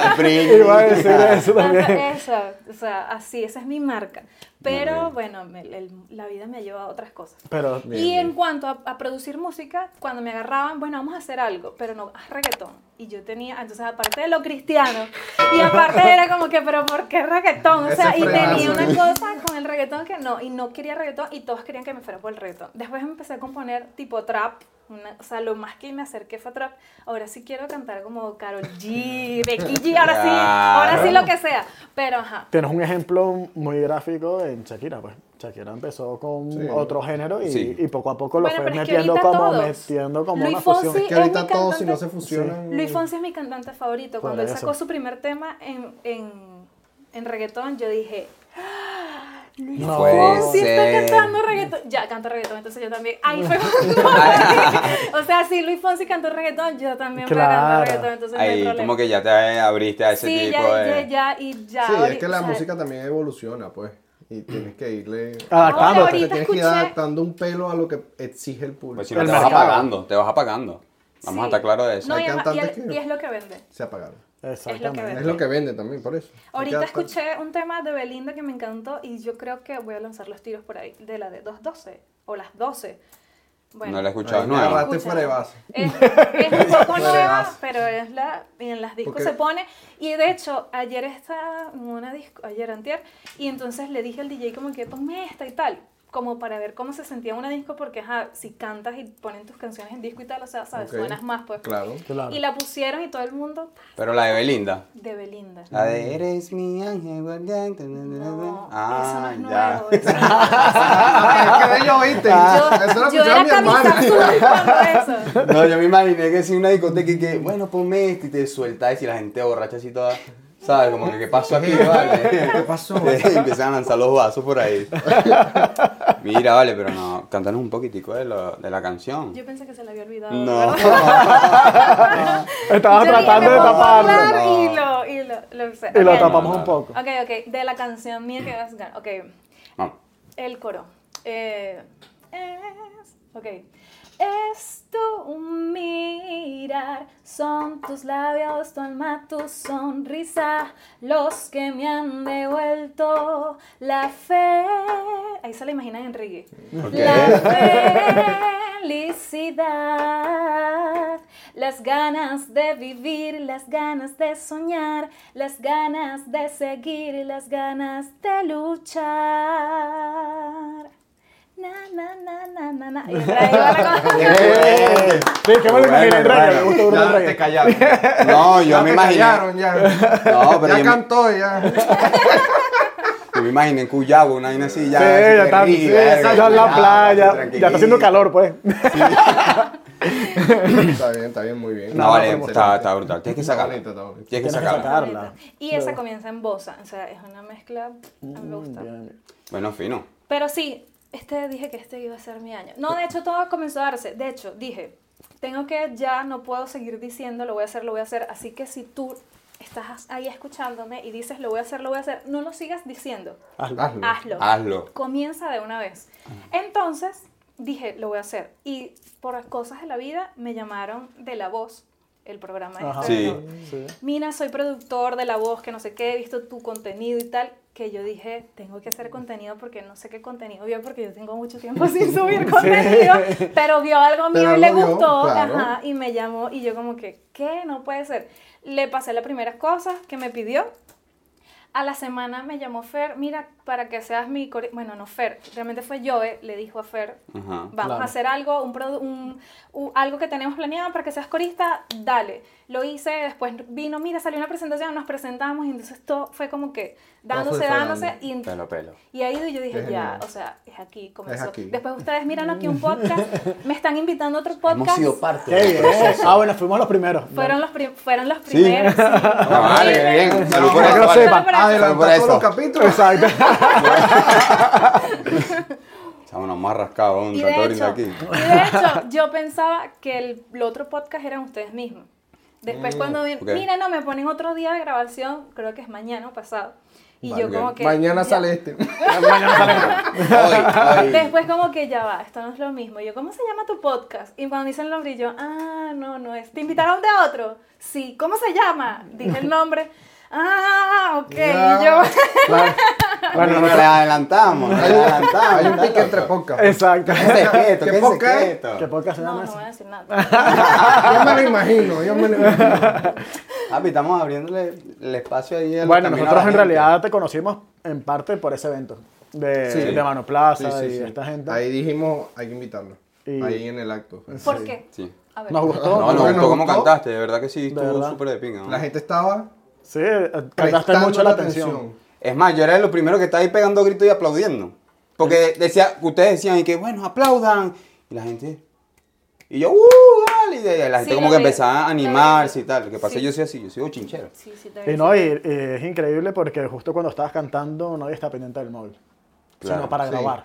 Speaker 2: [LAUGHS]
Speaker 3: decir.
Speaker 2: Iba a decir
Speaker 4: [LAUGHS]
Speaker 2: eso también.
Speaker 4: Esa, o sea, así, esa es mi marca.
Speaker 3: Muy
Speaker 4: Pero
Speaker 3: bien.
Speaker 4: bueno, me- el- la vida me ha llevado a otras cosas.
Speaker 2: Pero
Speaker 1: Bien,
Speaker 4: y en
Speaker 1: bien.
Speaker 4: cuanto a, a producir música, cuando me agarraban, bueno, vamos a hacer algo, pero no, haz reggaetón. Y yo tenía, entonces aparte de lo cristiano,
Speaker 1: [LAUGHS]
Speaker 4: y aparte era como que, pero ¿por qué reggaetón? O
Speaker 1: Ese
Speaker 4: sea, y tenía
Speaker 1: frenazo.
Speaker 4: una cosa con el reggaetón que no, y no quería reggaetón, y todos querían que me fuera por el reggaetón. Después empecé a componer tipo trap. una- o sea, lo más que me acerqué fue trap. Ahora sí quiero cantar como Carol G, Becky G, ahora sí, ahora sí lo que sea. Pero ajá,
Speaker 2: tienes un ejemplo muy gráfico en Shakira, pues. Shakira empezó con
Speaker 1: Sí.
Speaker 2: otro género y,
Speaker 3: Sí.
Speaker 2: y poco a poco lo
Speaker 4: Bueno,
Speaker 2: fue
Speaker 4: pero es que
Speaker 2: metiendo
Speaker 4: ahorita
Speaker 2: como
Speaker 4: todos.
Speaker 2: metiendo como
Speaker 4: Luis
Speaker 2: una
Speaker 4: Fonsi
Speaker 2: fusión.
Speaker 4: Sí,
Speaker 1: que
Speaker 4: es
Speaker 1: ahorita
Speaker 4: mi
Speaker 1: todos si
Speaker 4: cantante.
Speaker 1: no se fusionan.
Speaker 4: Luis Fonsi es mi cantante favorito. Cuando
Speaker 2: Por
Speaker 4: él
Speaker 2: eso.
Speaker 4: sacó su primer tema en, en, en reggaetón, yo dije, "¡Ah! Luis
Speaker 2: No puede
Speaker 3: Pues
Speaker 4: Fonsi está
Speaker 3: ser.
Speaker 4: cantando reggaetón. Ya, canta reggaetón, entonces yo también. Ahí fue
Speaker 3: [LAUGHS]
Speaker 4: cuando- o sea, si Luis Fonsi cantó reggaetón, yo también voy a
Speaker 2: Claro.
Speaker 4: cantar reggaetón, entonces no hay
Speaker 3: Ahí,
Speaker 4: problema.
Speaker 3: como que ya te abriste a ese tipo
Speaker 4: sí, ya,
Speaker 3: de.
Speaker 4: ya, ya, y ya.
Speaker 1: Sí, es
Speaker 4: ahorita-
Speaker 1: que la
Speaker 4: o sea,
Speaker 1: música también evoluciona, pues. Y tienes que irle.
Speaker 3: Ah,
Speaker 2: Adaptándote.
Speaker 1: Te
Speaker 4: Ahorita
Speaker 1: tienes que ir
Speaker 4: escuché-
Speaker 1: adaptando un pelo a lo que exige el público.
Speaker 3: Pues si no,
Speaker 2: El
Speaker 3: te vas
Speaker 2: mercado.
Speaker 3: apagando, te vas apagando. Vamos
Speaker 4: sí.
Speaker 3: a estar claros de eso.
Speaker 4: No, y,
Speaker 1: Hay
Speaker 4: además- y
Speaker 1: cantantes
Speaker 4: el-
Speaker 1: que-
Speaker 4: y es lo que vende.
Speaker 1: Se apagaron.
Speaker 4: Es
Speaker 2: Exactamente.
Speaker 1: Es lo que vende también, por eso. Hay que
Speaker 4: Ahorita
Speaker 1: adaptar.
Speaker 4: escuché un tema de Belinda que me encantó y yo creo que voy a lanzar los tiros por ahí, de la de 2.12 o las 12. Bueno,
Speaker 3: no la he
Speaker 1: Ahí
Speaker 3: escuchado, es
Speaker 1: me
Speaker 3: nueva.
Speaker 1: agarraste
Speaker 4: Escucha.
Speaker 1: fuera de base. [LAUGHS]
Speaker 4: es, es un poco
Speaker 1: Fuera de
Speaker 4: nueva,
Speaker 1: base.
Speaker 4: pero es la, y en las discos
Speaker 1: Porque-
Speaker 4: se pone. Y de hecho, ayer estaba en una disco, ayer antier, y entonces le dije al DJ como que ponme esta y tal, como para ver cómo se sentía en una disco, porque ajá, si cantas y ponen tus canciones en disco y tal, o sea, sabes,
Speaker 1: Ok.
Speaker 4: suenas más pues. [LAUGHS]
Speaker 1: Claro. [LAUGHS]
Speaker 2: Claro.
Speaker 4: Y la pusieron y todo el mundo
Speaker 3: Pero la de Belinda.
Speaker 4: de Belinda.
Speaker 3: La de Eres mi ángel guardián. ta, ta, ta, ta, ta.
Speaker 4: Mm. No, eso no
Speaker 3: ah,
Speaker 4: es
Speaker 3: ya. [LAUGHS]
Speaker 4: nuevo. eso
Speaker 1: [LAUGHS]
Speaker 4: no es
Speaker 1: Ah, es que yo oíste. Eso
Speaker 4: Yo,
Speaker 1: lo
Speaker 4: yo
Speaker 1: escuchaba
Speaker 4: era
Speaker 1: mi hermana. [LAUGHS]
Speaker 4: camisa azul cuando eso.
Speaker 3: No, yo me imaginé que si una discoteca y que, bueno, ponme este y te sueltas y la gente borracha así toda, ¿sabes? Como que, ¿qué
Speaker 2: [LAUGHS]
Speaker 3: pasó aquí, vale?
Speaker 1: ¿Qué pasó?
Speaker 3: [LAUGHS] Empiezan a lanzar los vasos
Speaker 2: [LAUGHS]
Speaker 3: por ahí. Mira, vale, pero no, cantanos un poquitico de, lo- de la canción.
Speaker 4: Yo pensé que se le había olvidado.
Speaker 3: No.
Speaker 2: Estabas tratando de taparlo.
Speaker 3: hablar.
Speaker 4: Y
Speaker 3: No.
Speaker 4: lo, y lo, lo sé.
Speaker 2: Y lo
Speaker 4: Ok.
Speaker 2: tapamos
Speaker 3: No,
Speaker 2: un
Speaker 3: no.
Speaker 2: poco.
Speaker 4: Ok, ok. De la canción mía que vas a ganar. Ok.
Speaker 3: [LAUGHS] Vamos.
Speaker 4: El coro. Eh, es, ok. Es tu mirar, son tus labios, tu alma, tu sonrisa, los que me han devuelto la fe. Ahí se la imaginan en reggae.
Speaker 3: Ok.
Speaker 4: La felicidad, las ganas de vivir, las ganas de soñar, las ganas de seguir, las ganas de luchar. Na, na, na, na, na, na. Y otra vez va la cosa.
Speaker 2: Eh, Sí, que me lo
Speaker 3: Bueno,
Speaker 2: imaginé el reggae. Me
Speaker 3: bueno.
Speaker 2: gusta burda el
Speaker 1: Ya
Speaker 2: reggae.
Speaker 1: te callaron.
Speaker 2: [LAUGHS]
Speaker 3: No, yo
Speaker 1: Ya
Speaker 3: me
Speaker 1: te
Speaker 3: imaginé.
Speaker 1: callaron, ya.
Speaker 3: [LAUGHS] No, pero
Speaker 1: ya
Speaker 3: yo-
Speaker 1: cantó, ya. [LAUGHS]
Speaker 3: Yo me imaginé en Cuyabo, una vaina así, ya.
Speaker 2: Sí,
Speaker 3: así
Speaker 2: ya
Speaker 3: que
Speaker 2: está,
Speaker 3: ríe,
Speaker 2: sí,
Speaker 3: verga,
Speaker 2: ya en la
Speaker 3: ya,
Speaker 2: playa,
Speaker 3: así,
Speaker 2: ya está haciendo
Speaker 3: tranquilito.
Speaker 2: calor, pues.
Speaker 1: está bien, está bien, muy bien.
Speaker 3: No, vale,
Speaker 1: pues,
Speaker 3: está,
Speaker 1: excelente.
Speaker 3: está brutal. Tienes que
Speaker 1: Está
Speaker 3: sacarla.
Speaker 1: bonito, está bonito.
Speaker 3: Tienes que
Speaker 2: Tienes que
Speaker 3: sacarla.
Speaker 2: sacar. Carla.
Speaker 4: Y esa comienza en bossa, o sea, es una mezcla, a mí me gusta.
Speaker 2: Mm, Bien.
Speaker 3: Bueno, fino.
Speaker 4: Pero sí, este dije que este iba a ser mi año. No, de hecho todo comenzó a darse. De hecho, dije, tengo que ya, no puedo seguir diciendo, lo voy a hacer, lo voy a hacer. Así que si tú estás ahí escuchándome y dices, lo voy a hacer, lo voy a hacer, no lo sigas diciendo.
Speaker 2: Hazlo.
Speaker 1: Hazlo.
Speaker 4: Hazlo.
Speaker 3: Hazlo.
Speaker 4: Comienza de una vez. Entonces, dije, lo voy a hacer. Y por las cosas de la vida, me llamaron de La Voz, el programa
Speaker 2: Ajá.
Speaker 4: este de
Speaker 3: Sí.
Speaker 4: La Voz.
Speaker 2: Sí.
Speaker 4: Mina, soy productor de La Voz, que no sé qué, he visto tu contenido y tal, que yo dije, tengo que hacer contenido porque no sé qué contenido vio, porque yo tengo mucho tiempo [LAUGHS] sin subir contenido, pero vio algo mío
Speaker 1: Pero
Speaker 4: y le
Speaker 1: algo vio,
Speaker 4: gustó,
Speaker 1: claro.
Speaker 4: ajá, y me llamó y yo como que, ¿qué? No puede ser. Le pasé las primeras cosas que me pidió. A la semana me llamó Fer, mira, para que seas mi... core-". Bueno, no Fer, realmente fue Joe, le dijo a Fer,
Speaker 3: Ajá.
Speaker 4: Vamos
Speaker 2: Claro.
Speaker 4: a hacer algo, un produ- un- u- algo que tenemos planeado para que seas corista, dale. Lo hice, después vino, mira, salió una presentación, nos presentamos y entonces todo fue como que dándose,
Speaker 1: fue
Speaker 4: dándose
Speaker 1: jalando.
Speaker 4: y,
Speaker 3: Pelo, pelo.
Speaker 4: y ahí yo dije,
Speaker 1: Es
Speaker 4: ya,
Speaker 1: genial.
Speaker 4: o sea, es aquí, comenzó.
Speaker 1: aquí.
Speaker 4: Después ustedes miran
Speaker 3: [LAUGHS]
Speaker 4: aquí un podcast, me están invitando a otro
Speaker 3: Hemos
Speaker 4: podcast.
Speaker 3: sido parte
Speaker 2: Qué
Speaker 3: del
Speaker 2: bien.
Speaker 3: proceso.
Speaker 2: Ah, bueno, fuimos los primeros.
Speaker 4: Fueron los, prim- fueron los
Speaker 3: Sí.
Speaker 4: primeros. sí.
Speaker 3: [LAUGHS] Ah, vale, qué bien. Salud por
Speaker 1: Para
Speaker 3: eso,
Speaker 2: que lo
Speaker 3: vale.
Speaker 2: sepan.
Speaker 4: Para-
Speaker 3: Salud por
Speaker 1: Adelantar todos
Speaker 3: eso.
Speaker 1: los capítulos.
Speaker 2: Exacto. [LAUGHS]
Speaker 3: Estamos nos más rascados, un
Speaker 4: Y de,
Speaker 3: trattorio
Speaker 4: hecho, [LAUGHS]
Speaker 3: aquí.
Speaker 4: y de
Speaker 3: [LAUGHS]
Speaker 4: hecho, yo pensaba que el, el otro podcast eran ustedes mismos. Después cuando vi-
Speaker 3: Mm, ok.
Speaker 4: mira, no, me ponen otro día de grabación, creo que es mañana o pasado. Y
Speaker 1: Vale.
Speaker 4: yo como que...
Speaker 1: Mañana
Speaker 4: ya.
Speaker 1: sale este.
Speaker 3: Hoy, hoy.
Speaker 4: Después como que ya va, esto no es lo mismo. Y yo, ¿cómo se llama tu podcast? Y cuando dicen el nombre, y yo, ah, no, no es. ¿Te invitaron de otro? Sí, ¿cómo se llama? Dije el nombre. [LAUGHS] Ah, ok. Y yo,
Speaker 1: [LAUGHS] Claro.
Speaker 3: Bueno, nos la adelantamos, nos la adelantamos.
Speaker 1: Hay un pique
Speaker 2: [LAUGHS]
Speaker 1: entre pocas.
Speaker 2: Exacto.
Speaker 3: ¿Qué secreto?
Speaker 1: ¿Qué
Speaker 3: ¿Qué
Speaker 1: poca es?
Speaker 3: secreto?
Speaker 2: ¿Qué podcast se
Speaker 4: no,
Speaker 2: llama
Speaker 4: no
Speaker 2: eso?
Speaker 4: voy a decir nada.
Speaker 1: [LAUGHS] Yo me lo imagino, yo me lo imagino.
Speaker 3: Papi, estamos abriéndole el espacio ahí. al
Speaker 2: Bueno,
Speaker 3: camino a
Speaker 2: nosotros
Speaker 3: la
Speaker 2: en
Speaker 3: gente.
Speaker 2: realidad te conocimos en parte por ese evento de,
Speaker 1: Sí.
Speaker 2: de Mano Plaza
Speaker 1: Sí, sí,
Speaker 2: y
Speaker 1: sí.
Speaker 2: esta gente.
Speaker 1: Ahí dijimos, hay que invitarlo.
Speaker 2: Y-
Speaker 1: Ahí en el acto.
Speaker 4: ¿Por qué?
Speaker 3: Sí.
Speaker 4: A ver.
Speaker 2: Nos gustó.
Speaker 3: No, no,
Speaker 1: Bueno,
Speaker 3: gustó cómo
Speaker 1: gustó.
Speaker 3: cantaste, de verdad que sí, estuvo
Speaker 2: verdad.
Speaker 3: súper de pinga. ¿no?
Speaker 1: La gente estaba
Speaker 2: Sí, eh, captaste
Speaker 1: prestando
Speaker 2: mucho la atención.
Speaker 3: Es más, yo era lo primero que estaba ahí pegando gritos y aplaudiendo. Porque decía, ustedes decían, y que bueno, aplaudan. Y la gente. Y yo, ¡uh! Vale. Y de- la gente
Speaker 4: Sí,
Speaker 3: como
Speaker 4: lo
Speaker 3: que
Speaker 4: vi.
Speaker 3: empezaba a animarse y tal. Lo que pasa es
Speaker 4: Sí.
Speaker 3: que yo soy así, yo soy bochinchero.
Speaker 4: Sí, sí, te
Speaker 2: Y Eh, no, y, y es increíble porque justo cuando estabas cantando nadie estaba pendiente del móvil,
Speaker 3: Claro,
Speaker 2: sino para
Speaker 1: sí.
Speaker 2: grabar,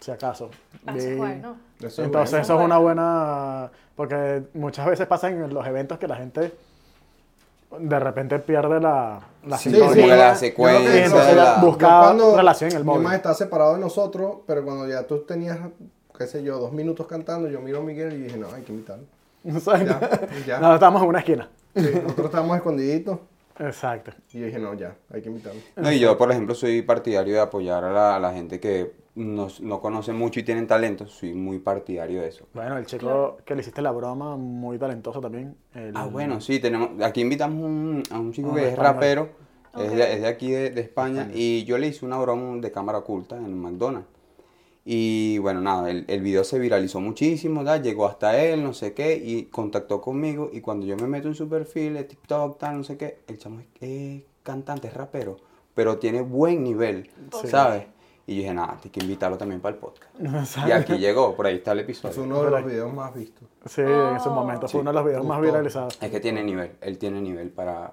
Speaker 2: si acaso.
Speaker 4: Ah, eso es
Speaker 2: Y-
Speaker 4: bueno.
Speaker 1: Eso es
Speaker 2: Entonces
Speaker 1: bueno.
Speaker 2: eso es una buena, porque muchas veces pasa en los eventos que la gente de repente pierde la, la
Speaker 1: Sí,
Speaker 2: sintonía.
Speaker 3: como
Speaker 1: sí.
Speaker 3: que la
Speaker 1: yo-
Speaker 3: secuencia,
Speaker 1: yo lo que-
Speaker 2: Entonces,
Speaker 3: la-
Speaker 2: busca-
Speaker 1: Yo cuando
Speaker 2: relación en el
Speaker 1: mi
Speaker 2: móvil.
Speaker 1: mamá está separado de nosotros, pero cuando ya tú tenías, qué sé yo, dos minutos cantando, yo miro a Miguel y dije, no, hay que invitarlo.
Speaker 2: [LAUGHS] Exacto.
Speaker 1: Ya, ya.
Speaker 2: No, estábamos en una esquina.
Speaker 1: Sí, nosotros estábamos escondiditos
Speaker 2: Exacto.
Speaker 1: y yo dije, no, ya, hay que invitarlo.
Speaker 3: No, y yo, por ejemplo, soy partidario de apoyar a la, a la gente que no, no conoce mucho y tienen talento. Soy muy partidario de eso.
Speaker 2: Bueno, el chico que le hiciste la broma, muy talentoso también. el- Ah,
Speaker 3: Ah, bueno, sí, tenemos, aquí invitamos un- a un chico
Speaker 2: Un
Speaker 3: que es
Speaker 2: español.
Speaker 3: rapero, es,
Speaker 4: Ok.
Speaker 3: de, es de aquí de, de España, y yo le hice una broma de cámara oculta en McDonald's. Y bueno, nada, el, el video se viralizó muchísimo, ¿da? llegó hasta él, no sé qué, y contactó conmigo, y cuando yo me meto en su perfil de TikTok, tal, no sé qué, el chamo es, es cantante, es rapero, pero tiene buen nivel,
Speaker 2: Sí.
Speaker 3: ¿sabes? Y yo dije, nada, hay que invitarlo también para el podcast.
Speaker 2: [LAUGHS] Exacto.
Speaker 3: Y aquí llegó, por ahí está el
Speaker 1: Es
Speaker 3: episodio.
Speaker 1: uno de los videos más vistos.
Speaker 2: Sí, en ese
Speaker 4: Oh.
Speaker 2: momento fue
Speaker 3: Sí,
Speaker 2: uno de los videos más
Speaker 1: gustó.
Speaker 2: viralizados.
Speaker 3: Es que tiene nivel, él tiene nivel para,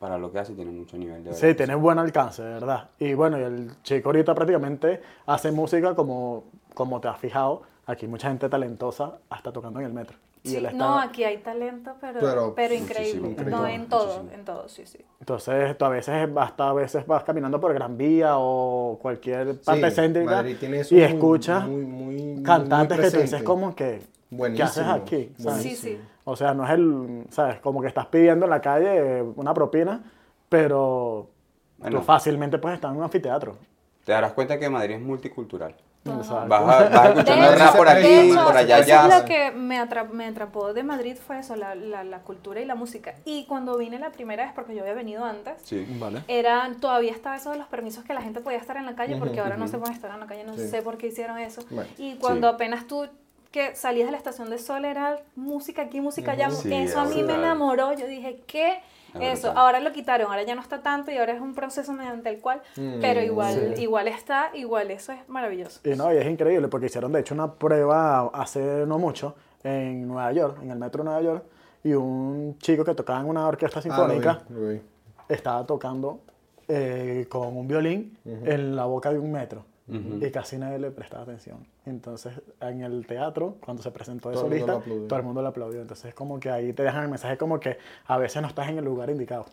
Speaker 3: para lo que hace, tiene mucho nivel de
Speaker 2: Sí, tiene buen alcance, de verdad. Y bueno, y el chico ahorita prácticamente hace música como, como te has fijado. Aquí mucha gente talentosa hasta tocando en el metro. Y
Speaker 4: Sí,
Speaker 2: él está-
Speaker 4: No, aquí hay talento, pero,
Speaker 1: Pero
Speaker 4: pero,
Speaker 1: muchísimo,
Speaker 4: increíble.
Speaker 1: increíble,
Speaker 4: No, en todo,
Speaker 3: muchísimo.
Speaker 4: en todo, sí, sí.
Speaker 2: Entonces, tú a veces, hasta a veces vas caminando por Gran Vía o cualquier parte
Speaker 1: Sí,
Speaker 2: céntrica
Speaker 1: Madrid tiene eso
Speaker 2: y
Speaker 1: muy-
Speaker 2: escuchas
Speaker 1: muy- muy- muy
Speaker 2: cantantes que tú dices
Speaker 1: presente.
Speaker 2: como que, ¿qué haces
Speaker 1: Buenísimo,
Speaker 2: aquí? ¿Sabes?
Speaker 4: Sí, sí.
Speaker 2: O sea, no es el, ¿sabes? Como que estás pidiendo en la calle eh, una propina, pero
Speaker 3: Bueno.
Speaker 2: tú fácilmente puedes estar en un anfiteatro.
Speaker 3: Te darás cuenta que Madrid es multicultural.
Speaker 4: Todo.
Speaker 2: ¿sabes?
Speaker 3: Vas, a- vas escuchando
Speaker 1: De
Speaker 3: rap
Speaker 1: hecho-
Speaker 3: por
Speaker 1: de
Speaker 3: aquí,
Speaker 1: hecho,
Speaker 3: por allá,
Speaker 4: eso es
Speaker 3: jazz.
Speaker 4: lo que me, atra- me atrapó de Madrid fue eso, la, la- la cultura y la música. Y cuando vine la primera vez, porque yo había venido antes,
Speaker 3: Sí.
Speaker 2: Vale.
Speaker 4: eran, todavía estaba eso de los permisos que la gente podía estar en la calle, porque ahora no se puede estar en la calle, no
Speaker 1: Sí.
Speaker 4: sé por qué hicieron eso.
Speaker 1: Bueno,
Speaker 4: y cuando
Speaker 3: sí.
Speaker 4: apenas tú que salías de la estación de sol era música aquí, música allá,
Speaker 3: Sí,
Speaker 4: eso a mí me
Speaker 3: brutal.
Speaker 4: enamoró, yo dije, ¿qué?
Speaker 3: Es
Speaker 4: Eso,
Speaker 3: brutal.
Speaker 4: ahora lo quitaron, ahora ya no está tanto y ahora es un proceso mediante el cual, pero igual, igual está, igual eso es maravilloso.
Speaker 2: Y no, y es increíble porque hicieron de hecho una prueba hace no mucho en Nueva York, en el metro de Nueva York, y un chico que tocaba en una orquesta
Speaker 1: Ah, lo vi,
Speaker 2: sinfónica
Speaker 1: lo vi.
Speaker 2: estaba tocando eh, con un violín en la boca de un metro. Y casi nadie le prestaba atención. Entonces, en el teatro, cuando se presentó de
Speaker 1: Todo el mundo
Speaker 2: solista,
Speaker 1: lo aplaudió.
Speaker 2: todo el mundo le aplaudió. Entonces, como que ahí te dejan el mensaje como que a veces no estás en el lugar indicado.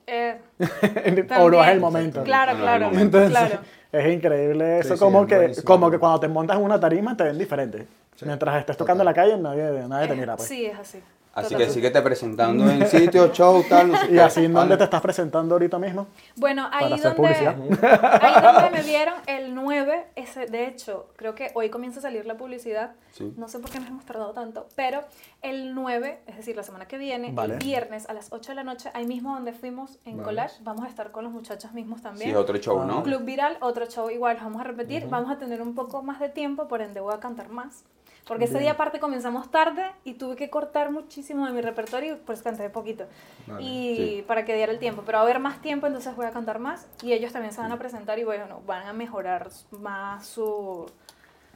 Speaker 2: [LAUGHS] o no
Speaker 4: Eh,
Speaker 2: es
Speaker 4: También.
Speaker 2: el momento.
Speaker 4: Claro,
Speaker 3: No, no,
Speaker 4: claro,
Speaker 3: el momento.
Speaker 2: [LAUGHS] Entonces, [LAUGHS]
Speaker 4: claro.
Speaker 2: es increíble eso.
Speaker 1: sí,
Speaker 2: como,
Speaker 1: es
Speaker 2: que,
Speaker 1: buenísimo.
Speaker 2: como que cuando te montas en una tarima te ven diferente. Mientras estés tocando en la calle, nadie, nadie te
Speaker 4: Eh,
Speaker 2: [LAUGHS] mira. pues.
Speaker 4: Sí, es así.
Speaker 3: Así que
Speaker 4: Totalmente.
Speaker 3: síguete presentando en sitios, show, tal, no
Speaker 2: [LAUGHS]
Speaker 3: sé
Speaker 2: Y
Speaker 1: [LAUGHS]
Speaker 3: qué.
Speaker 2: así, ¿en dónde
Speaker 3: Vale.
Speaker 2: te estás presentando ahorita mismo?
Speaker 4: Bueno, ahí
Speaker 2: Para hacer
Speaker 4: donde,
Speaker 2: publicidad.
Speaker 4: [LAUGHS] ahí donde
Speaker 2: [LAUGHS]
Speaker 4: me vieron el 9, ese, de hecho, creo que hoy comienza a salir la publicidad.
Speaker 3: Sí.
Speaker 4: No sé por qué nos hemos tardado tanto, pero el 9, es decir, la semana que viene,
Speaker 2: Vale.
Speaker 4: el viernes a las 8 de la noche, ahí mismo donde fuimos en
Speaker 1: Vale.
Speaker 4: Collage, vamos a estar con los muchachos mismos
Speaker 3: Sí,
Speaker 4: también.
Speaker 3: otro show,
Speaker 2: Ah.
Speaker 3: ¿no?
Speaker 4: Club Viral, otro show igual, los vamos a repetir, vamos a tener un poco más de tiempo, por ende voy a cantar más. Porque ese día aparte comenzamos tarde y tuve que cortar muchísimo de mi repertorio y por eso canté poquito.
Speaker 1: Vale,
Speaker 4: y
Speaker 3: sí.
Speaker 4: para que diera el tiempo. Pero va a haber más tiempo, entonces voy a cantar más. Y ellos también se van a presentar y bueno, van a mejorar más su...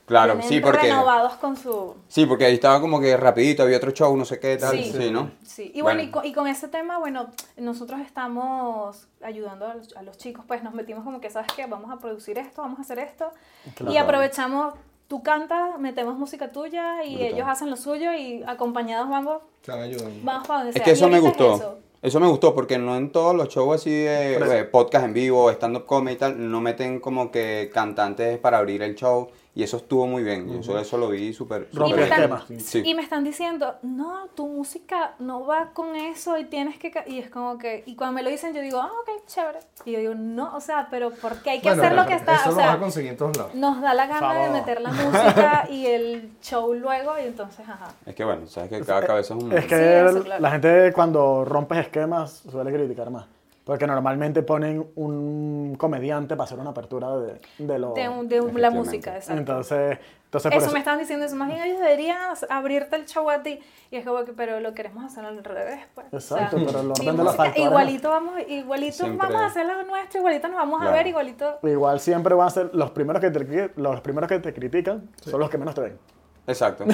Speaker 3: Claro,
Speaker 4: vienen
Speaker 3: sí, porque...
Speaker 4: Renovados con su...
Speaker 3: Sí, porque ahí estaba como que rapidito, había otro show, no sé qué, tal,
Speaker 4: Sí.
Speaker 3: sí, ¿no?
Speaker 4: Sí, y bueno,
Speaker 3: Bueno.
Speaker 4: Y, con, y con ese tema, bueno, nosotros estamos ayudando a los, a los chicos, pues nos metimos como que, ¿sabes qué? Vamos a producir esto, vamos a hacer esto.
Speaker 2: Claro.
Speaker 4: Y aprovechamos, tú cantas, metemos música tuya y
Speaker 3: Brutal.
Speaker 4: ellos hacen lo suyo y acompañados vamos,
Speaker 1: Están ayudando.
Speaker 4: vamos para donde
Speaker 3: Es
Speaker 4: sea.
Speaker 3: que
Speaker 4: Y
Speaker 3: eso me
Speaker 4: ahorita
Speaker 3: gustó.
Speaker 4: eso.
Speaker 3: Eso me gustó porque no en todos los shows así de
Speaker 2: Por eso.
Speaker 3: eh, podcast en vivo, stand-up comedy y tal, no meten como que cantantes para abrir el show y eso estuvo muy bien. Yo eso, eso lo vi súper. súper
Speaker 2: Rompe
Speaker 4: me
Speaker 2: el
Speaker 3: bien.
Speaker 2: esquema.
Speaker 4: están,
Speaker 3: Sí.
Speaker 4: y me están diciendo, no, tu música no va con eso y tienes que... ca-". Y es como que... Y cuando me lo dicen, yo digo, ah, ok, chévere. Y yo digo, no, o sea, pero porque hay que hacer lo que está...
Speaker 1: Eso
Speaker 4: O
Speaker 1: lo vas a
Speaker 4: sea,
Speaker 1: conseguir en todos lados.
Speaker 4: nos da la gana de
Speaker 2: Sábado.
Speaker 4: meter
Speaker 2: [LAUGHS]
Speaker 4: la música y el show luego y entonces, ajá.
Speaker 3: Es que bueno, sabes que cada cabeza es un mundo.
Speaker 2: Es que
Speaker 4: Sí, eso,
Speaker 2: el-
Speaker 4: claro.
Speaker 2: la gente cuando rompes esquemas suele criticar más. Porque normalmente ponen un comediante para hacer una apertura de, de lo...
Speaker 4: De, un- de un- la
Speaker 3: Efectivamente.
Speaker 4: música, exacto.
Speaker 2: Entonces, entonces por
Speaker 4: Eso me están diciendo, eso más bien ellos deberían abrirte el show a ti. Y es como que, pero lo queremos hacer al revés, pues. O sea,
Speaker 2: Exacto, pero el
Speaker 4: mi
Speaker 2: orden de los
Speaker 4: música,
Speaker 2: factores-
Speaker 4: Igualito vamos, igualito
Speaker 3: Siempre-
Speaker 4: vamos a hacer lo nuestro, igualito nos vamos a
Speaker 3: Claro.
Speaker 4: ver, igualito.
Speaker 2: Igual siempre van a ser los primeros que te, cri- los primeros que te critican son los que menos te ven. [LAUGHS]
Speaker 3: Exacto.